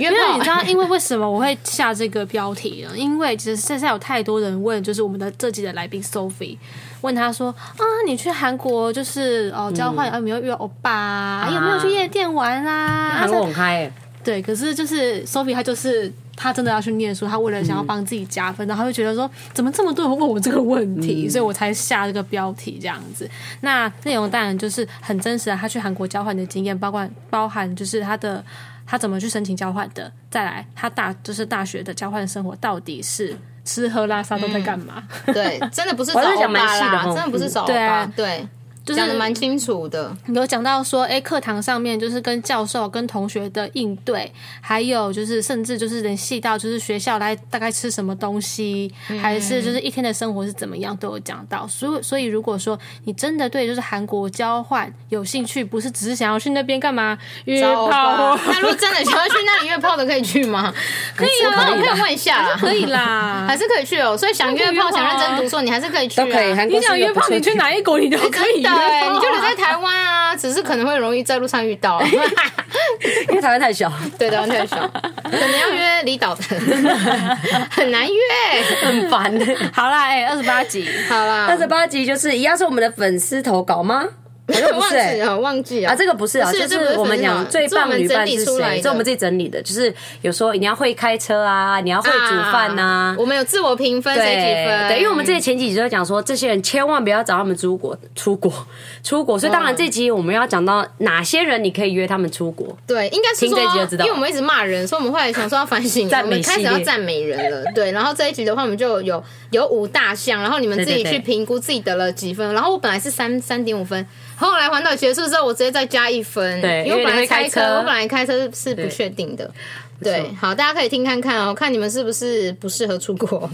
Speaker 3: 因为
Speaker 1: 炮
Speaker 3: 你知道，因为为什么我会下这个标题呢？因为其实现在有太多人问，就是我们的这集的来宾 Sophie 问他说啊，你去韩国就是哦交换，有没有遇到欧巴啊？有没有去夜店玩啊？
Speaker 2: 韩国很嗨、欸，
Speaker 3: 对，可是就是 Sophie 她就是她真的要去念书，她为了想要帮自己加分，然后她就觉得说怎么这么多人问我这个问题，所以我才下这个标题这样子。那内容当然就是很真实的，她去韩国交换的经验，包括包含就是她的。她怎么去申请交换的？再来，她大就是大学的交换生活到底是吃喝拉撒都在干嘛？
Speaker 1: 对，真的不是
Speaker 2: [laughs]
Speaker 1: 找
Speaker 2: 我还是
Speaker 1: 欧
Speaker 2: 讲蛮
Speaker 1: 巴
Speaker 2: 细的
Speaker 1: 啦，
Speaker 2: 吼嗯
Speaker 1: 真的不是找欧
Speaker 3: 对
Speaker 1: 巴
Speaker 3: 啊，
Speaker 1: 对，
Speaker 3: 就是
Speaker 1: 讲的蛮清楚的。
Speaker 3: 有讲到说，哎，课堂上面就是跟教授、跟同学的应对，还有就是甚至就是联系到就是学校来大概吃什么东西，还是就是一天的生活是怎么样，都有讲到。所以，所以如果说你真的对就是韩国交换有兴趣，不是只是想要去那边干嘛约
Speaker 1: 找欧
Speaker 2: 啊
Speaker 3: 炮
Speaker 1: 巴
Speaker 3: 哦，，
Speaker 1: 那如果真的想要去那里约炮的，可以去
Speaker 2: [laughs]
Speaker 1: 吗？
Speaker 2: 欸
Speaker 1: 可以啊，我可以问一下啦，
Speaker 3: 可以
Speaker 1: [laughs]
Speaker 3: 啦。
Speaker 1: 还是可以去哦。所以想约炮、
Speaker 3: 那可以约炮
Speaker 1: 想
Speaker 3: 啊
Speaker 1: 认真读书，你还是可以去、啊，
Speaker 2: 都可以。韩
Speaker 3: 你
Speaker 2: 国
Speaker 3: 想
Speaker 2: 是一
Speaker 3: 约
Speaker 2: 个不
Speaker 3: 炮，
Speaker 2: 错
Speaker 3: 你去
Speaker 2: 地
Speaker 3: 哪一国你都可
Speaker 1: 真
Speaker 3: 以约
Speaker 1: 的
Speaker 3: 炮
Speaker 1: 欸，
Speaker 3: 啊，
Speaker 1: 你就留在台湾啊，只是可能会容易在路上遇到、
Speaker 2: [laughs]
Speaker 1: 啊。
Speaker 2: 方因为台湾太
Speaker 1: [laughs]
Speaker 2: 小，
Speaker 1: 对的，太爽，可能要约离岛的，很难约。
Speaker 2: 很烦。 [laughs]
Speaker 3: 好啦，哎，二十八集，
Speaker 1: 好啦，
Speaker 2: 二十八集就是一样是我们的粉丝投稿吗？好像不
Speaker 1: 忘
Speaker 2: 是、欸
Speaker 1: 记，了，忘记了
Speaker 2: 啊，这个不是啊，
Speaker 1: 不是
Speaker 2: 就
Speaker 1: 这不是
Speaker 2: 我们
Speaker 1: 粉丝
Speaker 2: 讲
Speaker 1: 团
Speaker 2: 最
Speaker 1: 这我
Speaker 2: 棒
Speaker 1: 们
Speaker 2: 旅
Speaker 1: 整
Speaker 2: 伴
Speaker 1: 理
Speaker 2: 是
Speaker 1: 出来
Speaker 2: 谁？
Speaker 1: 的
Speaker 2: 这我们自己整理的，就是有时候你要会开车啊，你要会煮饭呐、
Speaker 1: 啊我们有自我评分，谁几分？
Speaker 2: 对，因为我们这前几集就在讲说，这些人千万不要找他们出国、出国、 [laughs] 出国，所以当
Speaker 1: 嗯
Speaker 2: 然这集我们要讲到哪些人你可以约他们出国。
Speaker 1: 对，应该是
Speaker 2: 听这一集就
Speaker 1: 说，
Speaker 2: 知道
Speaker 1: 因为我们一直骂人，所以我们后来想说要反省，
Speaker 2: 赞
Speaker 1: 我
Speaker 2: 美
Speaker 1: 们开始
Speaker 2: 系
Speaker 1: 要
Speaker 2: 列
Speaker 1: 赞美人了。对，然后这一集的话，我们就有有五大项，然后你们
Speaker 2: 对
Speaker 1: 自
Speaker 2: 对
Speaker 1: 己
Speaker 2: 对
Speaker 1: 去评估自己得了几分。然后我本来是三三点五分，后来环岛结束之后，我直接再加一分，
Speaker 2: 对
Speaker 1: 因为
Speaker 2: 因为
Speaker 1: 我本
Speaker 2: 你会
Speaker 1: 来
Speaker 2: 开
Speaker 1: 开
Speaker 2: 车
Speaker 1: 我本来开车是是不确定的。对，好，大家可以听看看哦，看你们是不是不适合出
Speaker 2: [laughs]
Speaker 1: 国，或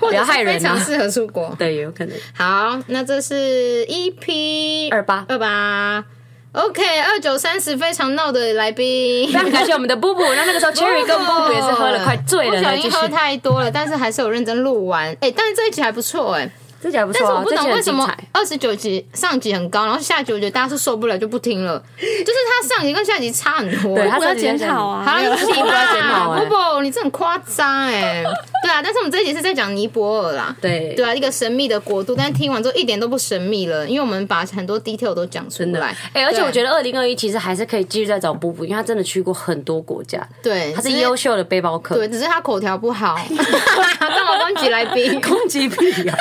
Speaker 2: 不要
Speaker 1: 者
Speaker 2: 害
Speaker 1: 是
Speaker 2: 人啊
Speaker 1: 非常适合出国。
Speaker 2: 对，有可能。
Speaker 1: 好，那这是 E EP
Speaker 2: 28
Speaker 1: [laughs] 二八，OK，二九三十非常闹的来宾
Speaker 2: 非。常感谢我们的布布，那那个时候 Cherry 跟布布也是喝了快醉了
Speaker 1: 不
Speaker 2: 呢，
Speaker 1: 小
Speaker 2: 就
Speaker 1: 心
Speaker 2: 是
Speaker 1: 喝太多了，但是还是有认真录完。哎、但是这一集还不错哎、
Speaker 2: 这集还不
Speaker 1: 但
Speaker 2: 错
Speaker 1: 是我
Speaker 2: 啊，
Speaker 1: 不
Speaker 2: 这集
Speaker 1: 懂为
Speaker 2: 很
Speaker 1: 什
Speaker 2: 精
Speaker 1: 么
Speaker 2: 彩。
Speaker 1: 二十九集上集很高，然后下集我觉得大家是受不了就不
Speaker 2: [laughs]
Speaker 1: 听了，就是它上集跟下集差很多。
Speaker 2: 对，他
Speaker 3: 我要
Speaker 2: 上集在
Speaker 3: 检
Speaker 2: 讲
Speaker 3: 讨啊。
Speaker 1: 好，哎
Speaker 3: 没
Speaker 1: 你
Speaker 3: 有
Speaker 1: 不行
Speaker 2: 我要检讨
Speaker 1: 啦，
Speaker 2: 哎
Speaker 1: 波波，你这很夸张哎。对啊，但是我们这一集是在讲尼泊尔啦。
Speaker 2: 对
Speaker 1: 对啊，一个神秘的国度，但是听完之后一点都不神秘了，因为我们把很多 detail 都讲出来。
Speaker 2: 哎、而且我觉
Speaker 1: 得
Speaker 2: 得二零二一其实还是可以继续再找布布，因为他真的去过很多国家，
Speaker 1: 对，
Speaker 2: 他是
Speaker 1: 只
Speaker 2: 优秀的背包客 [laughs]
Speaker 1: 对，。只是他口条不好，干嘛攻击来
Speaker 2: [laughs]
Speaker 1: 宾？
Speaker 2: 攻击屁啊呀、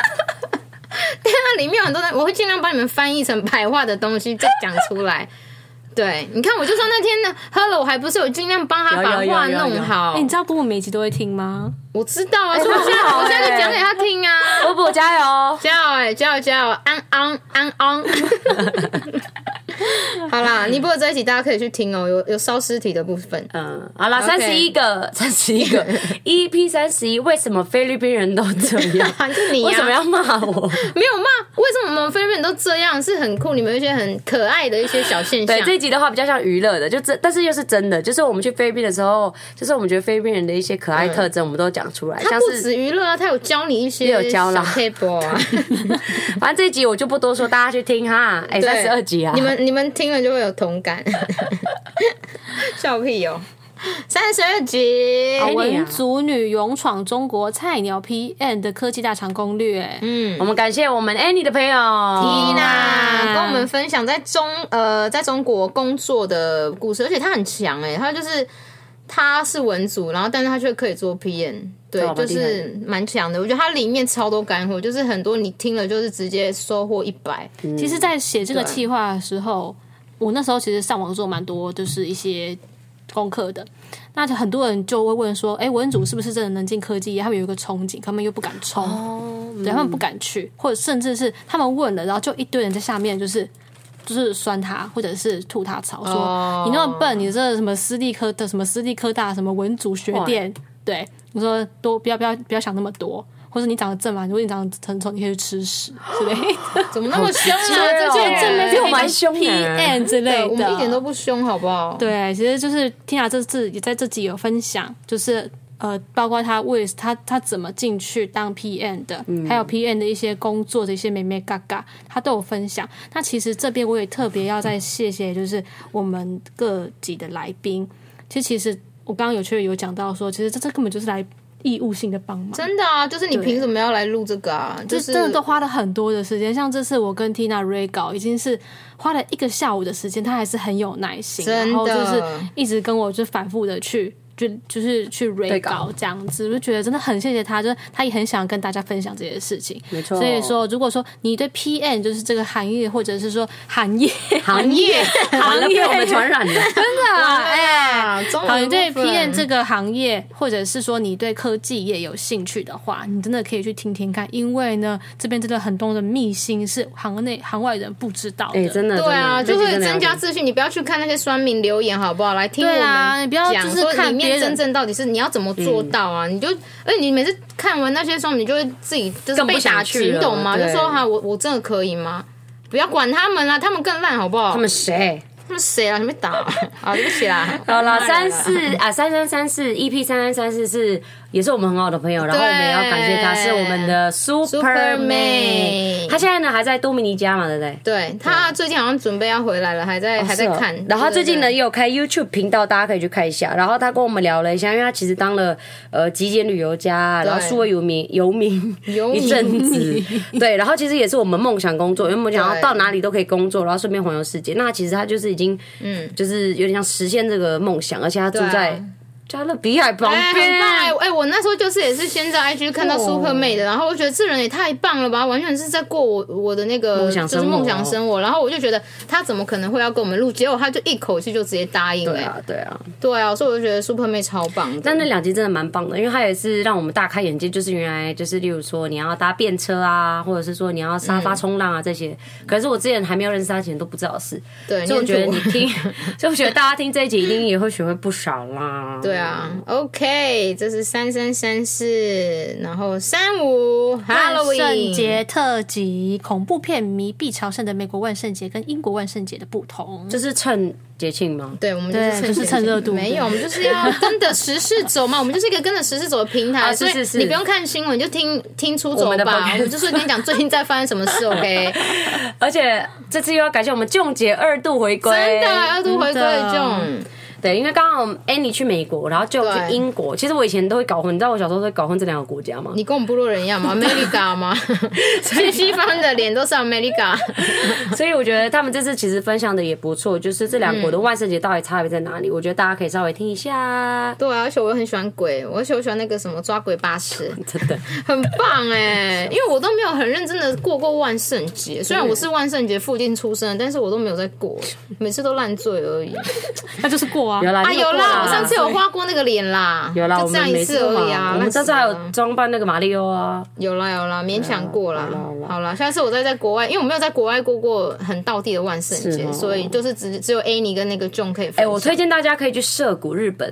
Speaker 1: 但它里面有很多的，我会尽量帮你们翻译成白话的东西再讲出来。对，你看，我就说那天呢，喝了我还不是有尽量帮他把
Speaker 2: 有有有
Speaker 1: 话
Speaker 2: 有有
Speaker 1: 弄好。
Speaker 3: 哎，你知道波波每一集都会听吗？
Speaker 1: 我知道啊，所以我现在
Speaker 2: 很好
Speaker 1: 我现在
Speaker 2: 哎
Speaker 1: 就讲给他听啊。
Speaker 2: 布布加油！
Speaker 1: 加油哎、加油加油，安安安
Speaker 2: [laughs]
Speaker 1: 安。好啦，尼泊尔这一集大家可以去听哦，有有烧尸体的部分。
Speaker 2: 嗯，好了，
Speaker 1: OK
Speaker 2: 三十一个，三十一个 EP 三十一，为什么菲律宾人都这样？ [laughs]
Speaker 1: 是你啊
Speaker 2: 为什么要骂 [laughs] 我？
Speaker 1: 没有骂，为什么我们菲律宾人都这样？是很酷，你们有一些很可爱的一些小现象
Speaker 2: 对，。这一集的话比较像娱乐的，就这，但是又是真的，就是我们去菲律宾的时候，就是我们觉得菲律宾人的一些可爱特征，我们都讲出来，
Speaker 1: 他
Speaker 2: 像
Speaker 1: 不
Speaker 2: 是。
Speaker 1: 止娱乐啊，他有教你一些
Speaker 2: 也有教啦
Speaker 1: 小 table
Speaker 2: [laughs]
Speaker 1: 啊。
Speaker 2: 反正这一集我就不多说，大家去听哈。哎，三
Speaker 1: 对
Speaker 2: 十二集啊，
Speaker 1: 你们你们听了就会有同感。 [laughs] 笑屁哦，三十二集。
Speaker 2: 好哎你啊
Speaker 3: 文族女勇闯中国菜鸟 P N 的科技大厂攻略，嗯，
Speaker 2: 我们感谢我们 Annie 的朋友啊
Speaker 1: 伊
Speaker 2: Tina
Speaker 1: 娜跟我们分享在中呃在中国工作的故事，而且她很强哎、她就是她是文组，然后但是她却可以做 PM，对
Speaker 2: 对，啊
Speaker 1: 就
Speaker 2: 蛮厉害
Speaker 1: 是蛮强的。我觉得它里面超多干货，就是很多你听了就是直接收获一百。
Speaker 2: 嗯
Speaker 3: 其实，在写这个计划的时候，我那时候其实上网做蛮多，就是一些功课的。那就很多人就会问说，哎、文组是不是真的能进科技业？他们有一个憧憬，他们又不敢冲，对他们不敢去，或者甚至是他们问了，然后就一堆人在下面就是。就是酸他，或者是吐他槽，说、
Speaker 1: 哦
Speaker 3: 你那么笨，你这什么私立科的什么私立科大什么文组学店，对我说多不要不要不要想那么多，或者你长得正嘛，如果你长得很丑，你可以去吃屎之类的。
Speaker 1: 怎么那么凶
Speaker 2: 直接
Speaker 1: 啊？
Speaker 2: 哦
Speaker 1: 这
Speaker 3: 就
Speaker 1: 些
Speaker 3: 是正面
Speaker 1: 人
Speaker 2: 比我们还凶呢
Speaker 3: P N 之类
Speaker 1: 对
Speaker 3: 的，
Speaker 1: 我们一点都不凶，好不好？
Speaker 3: 对。其实就是 Tina 这次也在这集有分享，就是呃，包括他为他他怎么进去当 PM 的，还有 PM 的一些工作的一些美美嘎嘎，他都有分享。那其实这边我也特别要再谢谢，就是我们各级的来宾。其实其实我刚刚有确有讲到说，其实这这根本就是来义务性的帮忙，
Speaker 1: 真的啊，就是你凭什么要来录这个啊？就
Speaker 3: 就是真的都花了很多的时间。像这次我跟 Tina Ray 搞，已经是花了一个下午的时间，他还是很有耐心，
Speaker 1: 真的
Speaker 3: 然后就是一直跟我就反复的去。就就是去 re
Speaker 2: 对稿
Speaker 3: 稿这样子，我就觉得真的很谢谢他，就是他也很想跟大家分享这些事情。
Speaker 2: 没错。
Speaker 3: 所以说，如果说你对 PM 就是这个行业，或者是说行业 [laughs]
Speaker 2: 行业， [laughs] 完了被我们传染
Speaker 1: [laughs]
Speaker 2: 了。
Speaker 3: 真的啊，哎，
Speaker 1: 啊， [laughs] 中
Speaker 3: 好，
Speaker 1: 文
Speaker 3: 你对
Speaker 1: 部分
Speaker 3: PM 这个行业，或者是说你对科技业有兴趣的话，你真的可以去听听看，因为呢，这边真的很多的秘辛是行内行外人不知道的。
Speaker 2: 哎，真的，
Speaker 1: 对啊，
Speaker 2: 真
Speaker 1: 就
Speaker 2: 的
Speaker 1: 会增加。自信。你不要去看那些酸民留言，好不好？来听我
Speaker 3: 对啊
Speaker 1: 们
Speaker 3: 你不要
Speaker 1: 讲
Speaker 3: 就是
Speaker 1: 说
Speaker 3: 看
Speaker 1: 里面
Speaker 3: 别人
Speaker 1: 真正到底是你要怎么做到啊？你就，而且你每次看完那些酸民，你就会自己就是
Speaker 2: 更不
Speaker 1: 被打
Speaker 2: 想去
Speaker 1: 击，你
Speaker 2: 了
Speaker 1: 懂吗？就
Speaker 2: 对
Speaker 1: 说哈，我我真的可以吗？不要管他们啦、啊他们更烂，好不好？
Speaker 2: 他
Speaker 1: 他
Speaker 2: 们谁？
Speaker 1: 们谁啊？你们打啊？ [laughs] 好对不起啦。
Speaker 2: 好
Speaker 1: [laughs]
Speaker 2: 了，
Speaker 1: 骂人
Speaker 2: [laughs] 三四啊，三三三四，EP 三三三四是也是我们很好的朋友，然后我们也要感谢他，是我们的 Super
Speaker 1: Super
Speaker 2: May，
Speaker 1: May
Speaker 2: 他现在呢还在多米尼加嘛，对不对？啊
Speaker 1: 对他最近好像准备要回来了，还在、还在
Speaker 2: 是哦
Speaker 1: 看。
Speaker 2: 然后他最近呢
Speaker 1: 对
Speaker 2: 也有开 YouTube 频道，大家可以去看一下。然后他跟我们聊了一下，因为他其实当了呃极简旅游家，啊然后数位游民游民
Speaker 1: 游民
Speaker 2: 一阵
Speaker 1: [laughs]
Speaker 2: 子，对。然后其实也是我们梦想工作，因为我们想要
Speaker 1: 对
Speaker 2: 到哪里都可以工作，然后顺便环游世界。那其实他就是已经嗯
Speaker 1: 嗯，
Speaker 2: 就是有点像实现这个梦想，而且他住
Speaker 1: 对啊
Speaker 2: 在加勒比海旁
Speaker 1: 哎、
Speaker 2: 边
Speaker 1: 很。棒哎、哎、我那时候就是也是先
Speaker 2: 哦
Speaker 1: 在 IG 看到 Super 妹的，然后我觉得这人也太棒了吧，完全是在过我我的那个
Speaker 2: 梦想
Speaker 1: 就
Speaker 2: 生活
Speaker 1: 是梦想生活，然后我就觉得他怎么可能会要跟我们录，结果他就一口气就直接答应哎、
Speaker 2: 对啊，对啊，
Speaker 1: 对啊，所以我就觉得 Super 妹超棒的，
Speaker 2: 但那两集真的蛮棒的，因为它也是让我们大开眼界，就是原来就是例如说你要搭便车啊，或者是说你要沙发冲浪啊这些，可是我之前还没有认识他前都不知道的
Speaker 1: [laughs]
Speaker 2: 事，
Speaker 1: 对，
Speaker 2: 所以我觉得
Speaker 1: 念
Speaker 2: 你
Speaker 1: 祖
Speaker 2: 听，
Speaker 1: [laughs]
Speaker 2: 所以我觉得大家听这一集一定也会学会不少啦。
Speaker 1: 对啊，OK，这是三三三四，然后三五
Speaker 3: 万
Speaker 1: Halloween
Speaker 3: 圣节特辑，恐怖片迷必朝圣的美国万圣节跟英国万圣节的不同。
Speaker 2: 就是趁节庆嘛。
Speaker 1: 对，我们就
Speaker 3: 对
Speaker 1: 是趁
Speaker 3: 就是
Speaker 1: 钱
Speaker 3: 趁热度
Speaker 1: 没
Speaker 3: 对
Speaker 1: 有，我们就是要跟着时事走嘛。我们就是一个跟着时事走的平台，
Speaker 2: 啊
Speaker 1: 所以
Speaker 2: 是是是
Speaker 1: 你不用看新闻，你就听听出走
Speaker 2: 我们的
Speaker 1: 吧。
Speaker 2: podcast
Speaker 1: 我们就是跟你讲最近在发生什么事
Speaker 2: [laughs]
Speaker 1: ，OK？
Speaker 2: 而且这次又要感谢我们仲姐二度回归，
Speaker 1: 真的要多回归
Speaker 3: 真的
Speaker 1: 这种，
Speaker 2: 对，因为刚好 Annie 去美国，然后就去
Speaker 1: 对
Speaker 2: 英国。其实我以前都会搞混，你知道我小时候都会搞混这两个国家吗？
Speaker 1: 你跟我们部落人一样吗？America 吗？去西方的脸都是 America， [laughs]
Speaker 2: [laughs] 所以我觉得他们这次其实分享的也不错，就是这两
Speaker 1: 嗯
Speaker 2: 国的万圣节到底差别在哪里？我觉得大家可以稍微听一下，
Speaker 1: 对啊，而且我很喜欢鬼，而且我喜欢那个什么抓鬼巴士，
Speaker 2: [laughs] 真的。
Speaker 1: 很棒哎、因为我都没有很认真的过过万圣节，虽然我是万圣节附近出生的，但是我都没有在过，每次都烂醉而已。
Speaker 3: 那就是过啊，
Speaker 2: 有啦，
Speaker 1: 啊，
Speaker 2: 你有
Speaker 1: 有
Speaker 2: 过
Speaker 1: 啦，我上次有画过那个脸啦，
Speaker 2: 有啦，我
Speaker 1: 就这样
Speaker 2: 们每
Speaker 1: 一
Speaker 2: 次
Speaker 1: 次
Speaker 2: 都
Speaker 1: 而已
Speaker 2: 嘛
Speaker 1: 啊，
Speaker 2: 我们上次还
Speaker 1: 烂死
Speaker 2: 有
Speaker 1: 了
Speaker 2: 装扮那个马里奥啊，
Speaker 1: 有啦有啦，勉强过啦
Speaker 2: 有啦有啦。
Speaker 1: 好啦，下次我再在国外，因为我没有在国外过过很道地的万圣
Speaker 2: 是哦
Speaker 1: 节，所以就是只只有 Annie 跟那个 John 可以分享。
Speaker 2: 哎、我推荐大家可以去涉谷日本，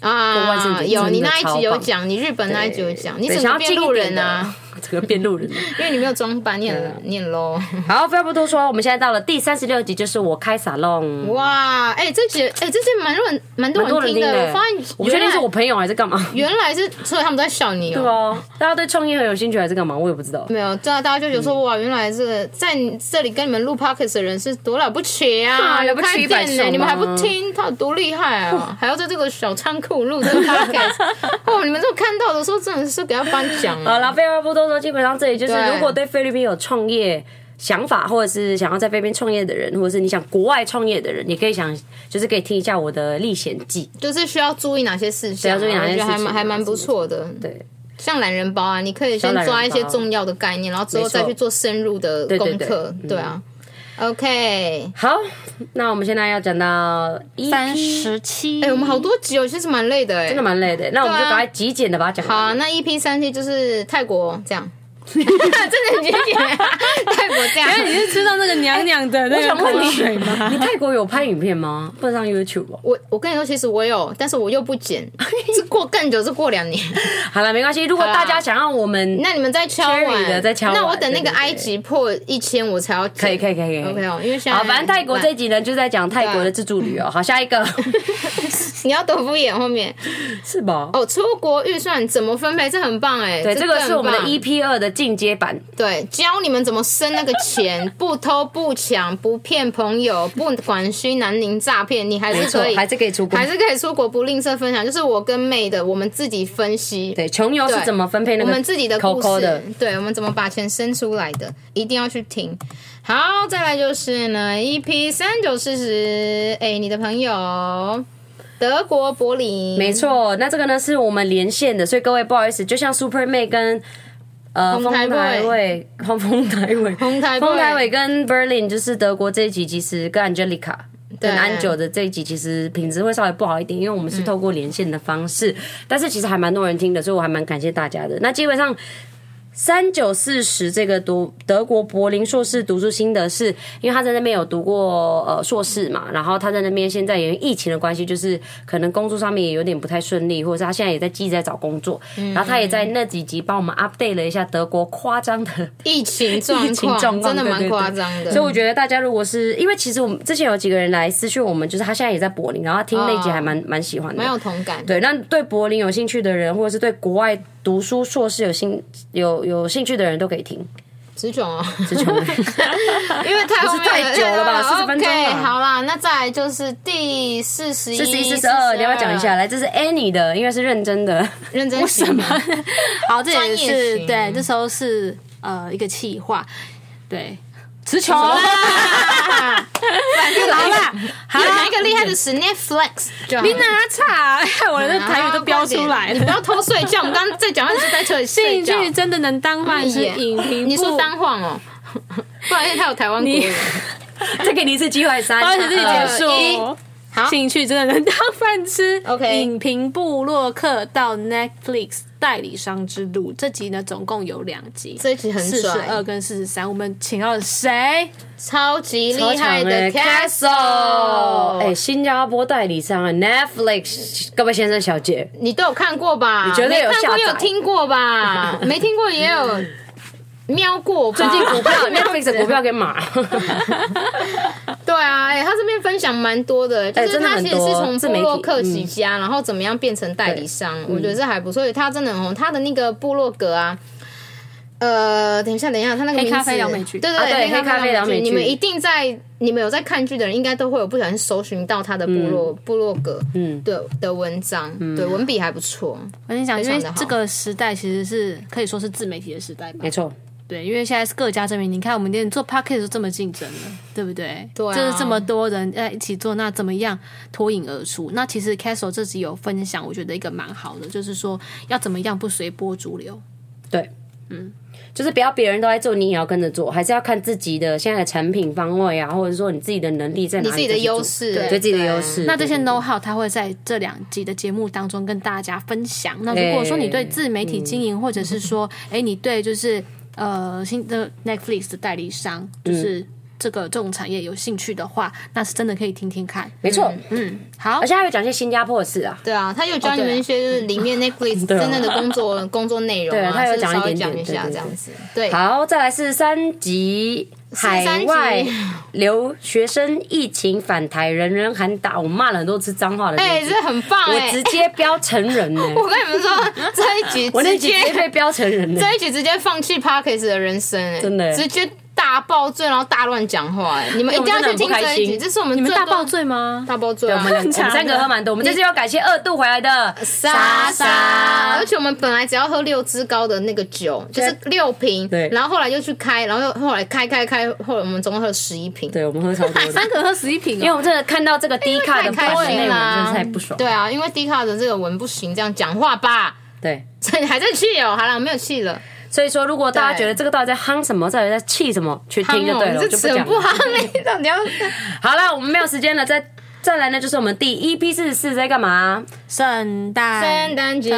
Speaker 2: 过万圣
Speaker 1: 啊，
Speaker 2: 节
Speaker 1: 有
Speaker 2: 真
Speaker 1: 你
Speaker 2: 的
Speaker 1: 那一
Speaker 2: 超
Speaker 1: 集有
Speaker 2: 棒
Speaker 1: 讲，你日本那一集有讲，你
Speaker 2: 对
Speaker 1: 怎
Speaker 2: 想
Speaker 1: 么
Speaker 2: 要
Speaker 1: 变
Speaker 2: 近
Speaker 1: 路
Speaker 2: 一点啊
Speaker 1: 人
Speaker 2: 的 [laughs]
Speaker 1: 啊？，
Speaker 2: 这个变路人。啊
Speaker 1: [laughs] 因为你没有装扮，你很你很 low。 [laughs]
Speaker 2: 好，废话不多说，我们现在到了第三十六集，就是我开沙龙，
Speaker 1: 哇，哎，这集哎这集蛮多人蛮多
Speaker 2: 很多人
Speaker 1: 人听
Speaker 2: 听
Speaker 1: 的，
Speaker 2: 的
Speaker 1: 我发现，
Speaker 2: 我不确定
Speaker 1: 原
Speaker 2: 是
Speaker 1: 来
Speaker 2: 我朋友还是干嘛。
Speaker 1: 原来是，所以他们都在笑你哦
Speaker 2: 对。啊， [laughs] 大家对创业很有兴趣还是干嘛？我也不知道。
Speaker 1: 没有，大大家就觉
Speaker 2: 嗯
Speaker 1: 得说，哇，原来这个在你这里跟你们录 podcast 的人是多了不起啊，
Speaker 2: [laughs] 啊了不起
Speaker 1: 有开
Speaker 2: 一百
Speaker 1: 店
Speaker 2: 首
Speaker 1: 呢，
Speaker 2: 吗
Speaker 1: 你们还不听，他有多厉害啊，还要在这个小仓库录这
Speaker 2: [laughs]
Speaker 1: 个 podcast，哦，你们这种看到的时候真的是给他颁奖
Speaker 2: 好
Speaker 1: 啊，
Speaker 3: 嗯
Speaker 2: 了，废话不多说，基本上这里就是，
Speaker 1: 对
Speaker 2: 如果对菲律宾有创业想法，或者是想要在菲律宾创业的人，或者是你想国外创业的人，你可以想，就是可以听一下我的历险记。
Speaker 1: 就是需要注意哪些事情，
Speaker 2: 要注意哪些
Speaker 1: 我觉得还
Speaker 2: 事情啊
Speaker 1: 蛮还蛮不错的，
Speaker 2: 对，
Speaker 1: 像懒人包啊，你可以先
Speaker 2: 像懒
Speaker 1: 抓
Speaker 2: 人
Speaker 1: 一
Speaker 2: 包
Speaker 1: 些重要的概念，然后之后
Speaker 2: 没错
Speaker 1: 再去做深入的
Speaker 2: 对对
Speaker 1: 功
Speaker 2: 对嗯
Speaker 1: 课，对啊，OK，
Speaker 2: 好，那我们现在要讲到一，
Speaker 3: 三十七。
Speaker 1: 哎，我们好多集哦，其实蛮累的哎，
Speaker 2: 真的蛮累的，那我们就
Speaker 1: 对啊
Speaker 2: 赶快极简的把它讲
Speaker 1: 好、
Speaker 2: 完。 [laughs]
Speaker 1: 那一 P 三 T 就是泰国这样，真的很简简，泰国这样。
Speaker 3: 因为你是吃到那个娘娘的
Speaker 2: [laughs]
Speaker 3: 那
Speaker 2: 我
Speaker 3: 个
Speaker 2: 想问
Speaker 3: 口
Speaker 2: 你
Speaker 3: 水吗？，
Speaker 2: 你泰国有拍影片吗？不能上 YouTube 哦。
Speaker 1: 我我跟你说，其实我有，但是我又不
Speaker 2: [laughs]
Speaker 1: 剪，是过更久，是过两年。
Speaker 2: 好了，没关系。如果
Speaker 1: 好啦
Speaker 2: 大家想让我们，
Speaker 1: 那你们再敲
Speaker 2: Cherry 的
Speaker 1: 完，
Speaker 2: 再敲完
Speaker 1: 那我等那
Speaker 2: 对
Speaker 1: 个
Speaker 2: 对对
Speaker 1: 埃及破一千，我才要剪
Speaker 2: 可以可以可以可以
Speaker 1: OK 哦，因为现在
Speaker 2: 好，反正泰国这一集呢，就在讲泰国的自助旅游。好，下一
Speaker 3: [laughs]
Speaker 2: 个
Speaker 1: 你要多敷衍后面
Speaker 2: 是吧？
Speaker 1: 哦，出国预算怎么分配，这很棒哎。
Speaker 2: 对，这个是我们的
Speaker 1: 真很棒
Speaker 2: EP 二的进阶版，
Speaker 1: 对，教你们怎么生那个钱，不偷不抢，不骗朋友，不管虚南宁诈骗，你还
Speaker 2: 没
Speaker 1: 是
Speaker 2: 错
Speaker 1: 可，以，
Speaker 2: 还是可以出国
Speaker 1: 还。是可以出国不吝啬分享。就是我跟妹的，我们自己分析。
Speaker 2: 对，穷游是
Speaker 1: 对
Speaker 2: 怎么分配那
Speaker 1: 我
Speaker 2: 个
Speaker 1: 们自己的故
Speaker 2: Coco
Speaker 1: 事，嗯
Speaker 2: 的？
Speaker 1: 对我们怎么把钱生出来的，一定要去听。好，再来就是呢，EP ，E 三九四十，哎，你的朋友，德国柏林，
Speaker 2: 没错，那这个呢是我们连线的，所以各位不好意思，就像 Super May 跟呃
Speaker 1: 丰台
Speaker 2: 台伟、丰 [laughs] 丰台伟、
Speaker 1: 丰台伟
Speaker 2: 丰台伟跟 Berlin 就是德国这一集，其实跟 Angelica。跟安久的这一集其实品质会稍微不好一点，因为我们是透过连线的方式，但是其实还蛮多人听的，所以我还蛮感谢大家的。那基本上三九四十这个读德国柏林硕士读书心得是，因为他在那边有读过呃硕士嘛，然后他在那边现在也因为疫情的关系，就是可能工作上面也有点不太顺利，或者是他现在也在积极在找工作，然后他也在那几集帮我们 update 了一下德国夸张的
Speaker 1: 疫情状
Speaker 2: 疫情
Speaker 1: 况，
Speaker 2: 状况
Speaker 1: 真
Speaker 2: 对对
Speaker 1: 的蛮
Speaker 2: 对
Speaker 1: 夸张的。
Speaker 2: 所以我觉得大家如果是因为其实我们之前有几个人来私讯我们，就是他现在也在柏林，然后他听那集还蛮蛮、喜欢的
Speaker 1: 蛮。哦有同感，
Speaker 2: 对，那对柏林有兴趣的人，或者是对国外读书硕士有兴有有兴趣的人都可以听。
Speaker 1: 直囧哦，
Speaker 2: 这种
Speaker 1: [laughs] 因为太后面
Speaker 2: 不是太久了吧40分钟了
Speaker 1: OK，好啦，那再来就是第四十一、
Speaker 2: 四十一、四十二，你要不要讲一下？？来，这是 Annie 的，因为是认真的。 [laughs]
Speaker 1: 认真什 [laughs] 么？
Speaker 3: 好，这
Speaker 1: 专
Speaker 3: 也
Speaker 1: 业
Speaker 3: 是
Speaker 1: 型
Speaker 3: 对，这时候是呃一个企划，对，词 [laughs] 穷。
Speaker 2: [laughs]
Speaker 1: 反正来啦，
Speaker 3: 啦
Speaker 1: 有哪一个厉害的是 Netflix？
Speaker 3: 你哪啊差？ [laughs] 害我的台语都飙出来
Speaker 1: 你不
Speaker 3: 了。
Speaker 1: 要偷睡觉，我们刚刚在讲话是在这
Speaker 2: [laughs]
Speaker 1: 里睡
Speaker 3: 兴
Speaker 1: 觉。嗯
Speaker 3: 趣真的能当饭吃，影评
Speaker 1: 你说
Speaker 3: 部
Speaker 1: 单晃哦， [laughs] 不好意思，他有台湾国语
Speaker 3: 你。
Speaker 2: 再给你一次机会，三、
Speaker 3: 而且自己
Speaker 2: 二
Speaker 3: 结
Speaker 1: 二
Speaker 3: 束。
Speaker 1: 呃好
Speaker 3: 兴趣真的能当饭吃。
Speaker 1: OK
Speaker 3: 影评部落客到 Netflix 代理商之路这集呢，总共有两集，
Speaker 1: 这一集很
Speaker 3: 四十
Speaker 1: 帅
Speaker 3: 二，跟四十三，我们请到了谁？
Speaker 1: 超级厉害的
Speaker 2: 超强
Speaker 1: Castle，
Speaker 2: 哎、新加坡代理商啊，Netflix，各位先生小姐，
Speaker 1: 你都有看过吧？
Speaker 2: 你绝对有
Speaker 1: 没看过
Speaker 2: 下载
Speaker 1: 有听过吧？
Speaker 2: [laughs]
Speaker 1: 没听过也有瞄过吧。
Speaker 2: 最近股票 Netflix 的股票给买。
Speaker 1: [laughs]
Speaker 2: [laughs]
Speaker 1: 对啊，哎、他这边分享蛮多的，就
Speaker 2: 哎
Speaker 1: 是
Speaker 2: 真的
Speaker 1: 他
Speaker 2: 很
Speaker 1: 其
Speaker 2: 多
Speaker 1: 实是从
Speaker 2: 自
Speaker 1: 布
Speaker 2: 媒体嗯
Speaker 1: 洛克起家，然后怎么样变成代理商，我觉得这还不错。所以他真的很红，他的那个部落格啊。呃，等一下，等一下，他那个
Speaker 3: 黑
Speaker 1: 名字
Speaker 3: 咖啡聊美剧
Speaker 1: 对对
Speaker 2: 啊对
Speaker 1: 黑
Speaker 2: 黑咖啡
Speaker 1: 聊
Speaker 2: 聊美剧
Speaker 1: 你们一定在你们有在看剧的人，应该都会有不小心搜寻到他的部落部落格，嗯，对的文章，
Speaker 2: 嗯
Speaker 1: 对文笔还不错，
Speaker 3: 我跟你讲，因
Speaker 1: 常
Speaker 3: 为
Speaker 1: 地好
Speaker 3: 这个时代其实是可以说是自媒体的时代吧
Speaker 2: 没。错，
Speaker 3: 对，因为现在是各家争鸣，你看我们连做 p o c k e t 都这么竞争了，对不对？
Speaker 1: 对啊
Speaker 3: 就是这么多人在一起做，那怎么样脱颖而出？那其实 Castle 这集有分享，我觉得一个蛮好的，就是说要怎么样不随波逐流。
Speaker 2: 对，嗯，就是不要别人都在做，你也要跟着做，还是要看自己的现在的产品方位啊，或者说你自己的能力在哪里，
Speaker 1: 你自己的优，势，啊
Speaker 2: 对自己的优势。
Speaker 3: 那这些
Speaker 2: 对
Speaker 3: know how 他会在这两集的节目当中跟大家分享。那如果说你对自媒体经营，或者是说，哎、你对就是呃新的 Netflix 的代理商，就是这个这种产业有兴趣的话，那是真的可以听听看。
Speaker 2: 没错，
Speaker 3: 嗯，好
Speaker 2: 而，且还有讲一些新加坡的事啊，
Speaker 1: 对啊，他有教你们一些就是里面
Speaker 2: [laughs]
Speaker 1: Netflix
Speaker 2: 对啊
Speaker 1: 真正的工作工作内容
Speaker 2: 对
Speaker 1: 啊，
Speaker 2: 他有
Speaker 1: 就是
Speaker 2: 讲一
Speaker 1: 稍微
Speaker 2: 点点
Speaker 1: 讲
Speaker 2: 对对对
Speaker 1: 一下这样子。对，
Speaker 2: 好，再来是三级
Speaker 1: 三
Speaker 2: 海
Speaker 1: 集
Speaker 2: 外留学生疫情返台，人人喊打，我骂了很多次脏话的那
Speaker 1: 哎，
Speaker 2: 一集，
Speaker 1: 这很棒
Speaker 2: 我
Speaker 1: 哎
Speaker 2: 直！接标成人
Speaker 1: [laughs]
Speaker 2: 呢、
Speaker 1: 我跟你们说，这一集
Speaker 2: 我那
Speaker 1: 直
Speaker 2: 集直接
Speaker 1: 接
Speaker 2: 被标成人呢、
Speaker 1: 这一集直接放弃 Parkes 的人生哎，
Speaker 2: 真的哎
Speaker 1: 直接大爆醉，然后大乱讲话哎！你们一定要去听这一集，这是我们
Speaker 3: 你
Speaker 1: 最
Speaker 3: 们
Speaker 1: 多
Speaker 3: 大爆醉吗？
Speaker 1: 大爆醉
Speaker 2: 对，我
Speaker 1: 啊
Speaker 2: 们！两我
Speaker 1: [laughs]
Speaker 2: 们三个喝蛮多，我们这次要感谢二度回来的莎莎
Speaker 1: 而且我们本来只要喝六支高的那个酒，就是六瓶
Speaker 2: 对，
Speaker 1: 然后后来又去开，然后又后来开开开，后来我们总共喝了十一瓶。
Speaker 2: 对我们喝超多的，
Speaker 3: 三个喝十一瓶、哦，
Speaker 2: 因为我们真的看到这个低卡的
Speaker 1: 太开
Speaker 2: 版内
Speaker 1: 心
Speaker 2: 容，
Speaker 1: 啦
Speaker 2: 真的太不爽。
Speaker 1: 对啊，因为 D 卡的这个文不行，这样讲话吧， [laughs]
Speaker 2: 对，
Speaker 1: 这还在气哦。好了，没有气了，
Speaker 2: 所以说如果大家
Speaker 1: 对
Speaker 2: 觉得这个到底在夯什么，到底在气什么，去听就对
Speaker 1: 夯
Speaker 2: 了，
Speaker 1: 哦
Speaker 2: 我就
Speaker 1: 你 [laughs] 这
Speaker 2: 不
Speaker 1: 词很
Speaker 2: 讲
Speaker 1: 不
Speaker 2: 了。
Speaker 1: 好，你到底要嗯
Speaker 2: 好了，我们没有时间了，再再来呢，就是我们第一批四十四在干嘛？
Speaker 3: 圣诞
Speaker 1: 圣诞
Speaker 2: [laughs]
Speaker 1: 节，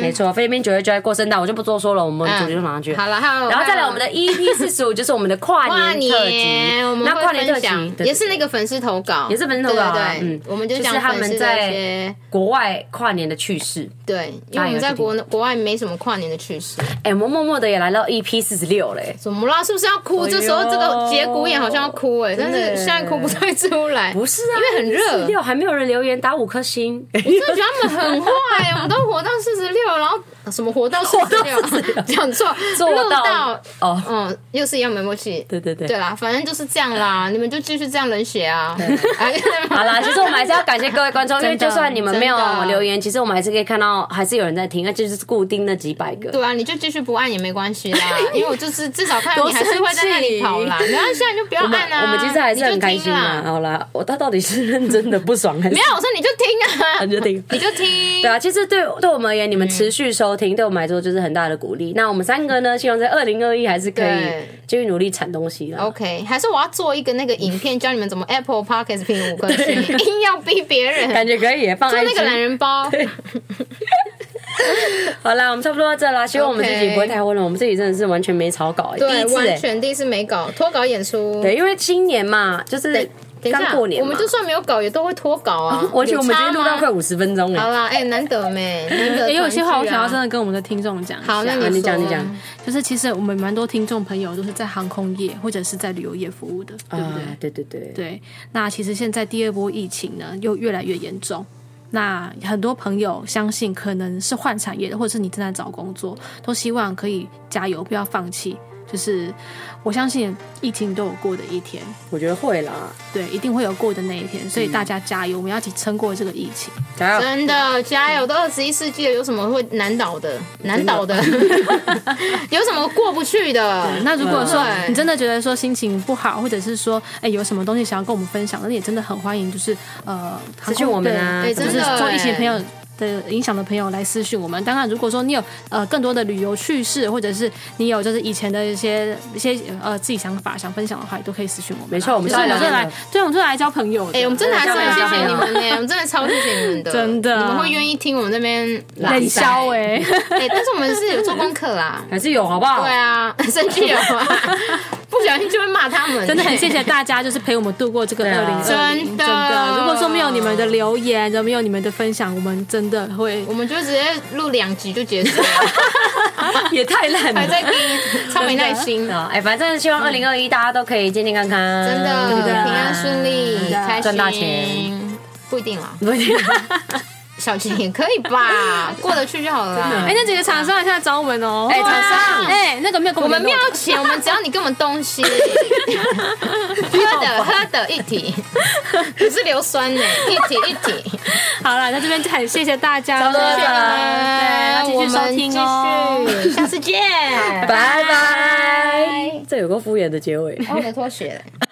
Speaker 2: 没错，菲律宾九月就在过圣诞，我就不多说了，我们哎主题就马上去。
Speaker 1: 嗯好了，还有
Speaker 2: 然后再来我们的 EP 四十五，就是我们的跨
Speaker 1: 跨
Speaker 2: 年特辑
Speaker 1: 年，我。们
Speaker 2: 那跨
Speaker 1: 会
Speaker 2: 年特
Speaker 1: 分
Speaker 2: 辑
Speaker 1: 享，
Speaker 2: 对
Speaker 1: 也是那个粉丝投稿，
Speaker 2: 也是粉丝投稿啊
Speaker 1: 对对
Speaker 2: 嗯
Speaker 1: 对，我们就
Speaker 2: 就是
Speaker 1: 讲
Speaker 2: 他
Speaker 1: 粉
Speaker 2: 们
Speaker 1: 丝的
Speaker 2: 在
Speaker 1: 一些
Speaker 2: 国外跨年的趣事。
Speaker 1: 对，因
Speaker 2: 大家
Speaker 1: 为
Speaker 2: 有
Speaker 1: 我们在
Speaker 2: 去听
Speaker 1: 国国外没什么跨年的趣事，
Speaker 2: 哎、我们默默的也来到 EP 四十六嘞，
Speaker 1: 怎么啦？是不是要哭？这时候这个节骨眼好像要哭哎，但
Speaker 2: 哎的
Speaker 1: 是现在哭不 E 太出来，
Speaker 2: 不是啊，
Speaker 1: 因为很热
Speaker 2: 六还没有人留言打五颗 [laughs] 星，
Speaker 1: 我真的觉得他们很坏，我们都活到四十六，然后什么活到四十六，啊讲错，
Speaker 2: 做
Speaker 1: 录
Speaker 2: 到
Speaker 1: 到，
Speaker 2: 哦，
Speaker 1: 嗯，又是一样没默契。
Speaker 2: 对对对。
Speaker 1: 对啦，反正就是这样啦，你们就继续这样冷血啊！ [laughs]
Speaker 2: [laughs] 好
Speaker 1: 好 [laughs]
Speaker 2: 啦，其实我们还是要感谢各位观众，因为
Speaker 3: 真的
Speaker 2: 就算你们没有
Speaker 1: 真的
Speaker 2: 留言，其实我们还是可以看到，还是有人在听，那就是固定那几百个。
Speaker 1: 对啊，你就继续不按也没关系
Speaker 2: [laughs]
Speaker 1: 啦，因为我就是至少看到你还是会在那里跑啦。然后现在就不要
Speaker 2: 我们
Speaker 1: 按啊，
Speaker 2: 我们其实还是很开
Speaker 1: 你就
Speaker 2: 心
Speaker 1: 听
Speaker 2: 啦。
Speaker 1: 啦。
Speaker 2: 好啦，我他到底是认真的不爽还是
Speaker 1: 没？有，我说你就听
Speaker 2: [laughs]
Speaker 1: 啊，
Speaker 2: 你就听
Speaker 1: 你嗯就听
Speaker 2: 对。啊，其实对对我们而言，你们持续收听，对我们来说就是很大的鼓励。那我们三个呢，希望在二零二一还是可以
Speaker 1: 对
Speaker 2: 继续努力产东西啦。
Speaker 1: OK，还是我要做一个那个影片，教你们怎么 Apple Podcast 评五颗星， [laughs] 硬要逼别人。
Speaker 2: 感觉可以耶放
Speaker 1: 做那个
Speaker 2: IG
Speaker 1: 懒
Speaker 2: [laughs]
Speaker 1: 人包，
Speaker 2: 好啦，我们差不多到这啦。希望我们自
Speaker 1: OK
Speaker 2: 己不会太混乱，我们自己真的是完全没草稿、欸，第一
Speaker 1: 对，
Speaker 2: 次、
Speaker 1: 完
Speaker 2: 欸。
Speaker 1: 全第一次没搞，脱稿演出。
Speaker 2: 对，因为今年嘛，就是
Speaker 1: 等一
Speaker 2: 刚
Speaker 1: 下，
Speaker 2: 过年
Speaker 1: 我
Speaker 2: 嘛。
Speaker 1: 们，就算没有搞，也都会脱稿啊
Speaker 2: 而 [laughs] 且我们今天录到快
Speaker 1: 有
Speaker 2: 五十分钟
Speaker 1: 差吗好
Speaker 2: 哎。
Speaker 1: 啦，哎，难得没，难得
Speaker 3: 也有些话我
Speaker 1: 团聚啊
Speaker 3: 想要真的跟我们的听众讲一下。
Speaker 1: 好，那
Speaker 2: 啊你
Speaker 1: 你
Speaker 2: 讲
Speaker 1: 说
Speaker 2: 你讲，
Speaker 3: 就是其实我们蛮多听众朋友都是在航空业或者是在旅游业服务的，对不对？
Speaker 2: 啊，对对对，
Speaker 3: 对，那其实现在第二波疫情呢，又越来越严重。那很多朋友相信，可能是换产业的，或者是你正在找工作，都希望可以加油，不要放弃。就是我相信疫情都有过的一天，
Speaker 2: 我觉得会啦，
Speaker 3: 对，一定会有过的那一天，所以大家加油，我们要一起撑过这个疫情。
Speaker 2: 加油！
Speaker 1: 真的加油！都二十一世纪了，有什么会难倒的？难倒的， [laughs] 有什么过不去的？
Speaker 3: 那如果说
Speaker 1: 对
Speaker 3: 你真的觉得说心情不好，或者是说哎有什么东西想要跟我们分享，那也真的很欢迎，就是呃，
Speaker 2: 私讯我们啊，
Speaker 1: 对
Speaker 2: 怎么
Speaker 1: 对
Speaker 3: 就是
Speaker 1: 真的
Speaker 3: 受疫情
Speaker 1: 欸
Speaker 3: 朋友的影响的朋友来私讯我们。当然，如果说你有呃更多的旅游趣事，或者是你有就是以前的一些一些呃自己想法想分享的话，也都可以私讯我们啊。
Speaker 2: 没错我们
Speaker 3: 就是我们
Speaker 2: 是
Speaker 3: 是
Speaker 2: 来
Speaker 3: 来，对，我们是来交朋友的。
Speaker 1: 哎，我们真的还是很谢谢你们
Speaker 2: 真
Speaker 1: 呢，我们真的超谢谢你
Speaker 2: [laughs]
Speaker 1: 们的，
Speaker 3: 真的
Speaker 1: 你们会愿意听我们那边
Speaker 3: 冷笑
Speaker 1: 哎，
Speaker 2: 欸
Speaker 3: 哎，
Speaker 1: 哎，但是我们是有做功课啦，
Speaker 2: 还是有好不好？
Speaker 1: 对啊， [laughs] 生气了吗？不小心就会骂他们，
Speaker 3: 真的很谢谢大家，就是陪我们度过这个
Speaker 2: 对
Speaker 3: 二零
Speaker 2: 啊
Speaker 3: 二
Speaker 1: 真的
Speaker 3: 的，如果说没有你们的留言，没有你们的分享，我们真的会
Speaker 1: 我们就直接录两集就结束了，
Speaker 2: [laughs] 也太烂
Speaker 1: 还
Speaker 2: 了。
Speaker 1: 在听，超没耐心，
Speaker 2: 啊，哎，反正希望二零二一大家都可以健健康康，
Speaker 1: 真的
Speaker 2: 嗯对不
Speaker 1: 平
Speaker 2: 对
Speaker 1: 安顺利，开心，
Speaker 2: 赚大钱。，
Speaker 1: 不一定啦，
Speaker 2: 不一定
Speaker 1: [laughs] 小钱也可以吧，过得去就好了啦。
Speaker 3: 哎，那几个厂商现在找我们哦，
Speaker 2: 哎厂商
Speaker 3: 哎，那个没有跟
Speaker 1: 我
Speaker 3: 我
Speaker 1: 们
Speaker 3: 们
Speaker 1: 没
Speaker 3: 联
Speaker 1: 有
Speaker 3: 络
Speaker 1: 要钱，我们只要你给我们东西，喝的喝的一体，可是硫酸呢，一体一体。
Speaker 3: 好了，那这边很谢谢大家
Speaker 2: 差
Speaker 3: 了，
Speaker 2: 不多
Speaker 1: 谢谢你
Speaker 3: 对，
Speaker 1: 们，
Speaker 3: 要啊继续收听哦
Speaker 1: 我。们继续，下次见，
Speaker 2: 拜拜。这有个敷衍的结尾。
Speaker 1: 哦我没脱鞋了。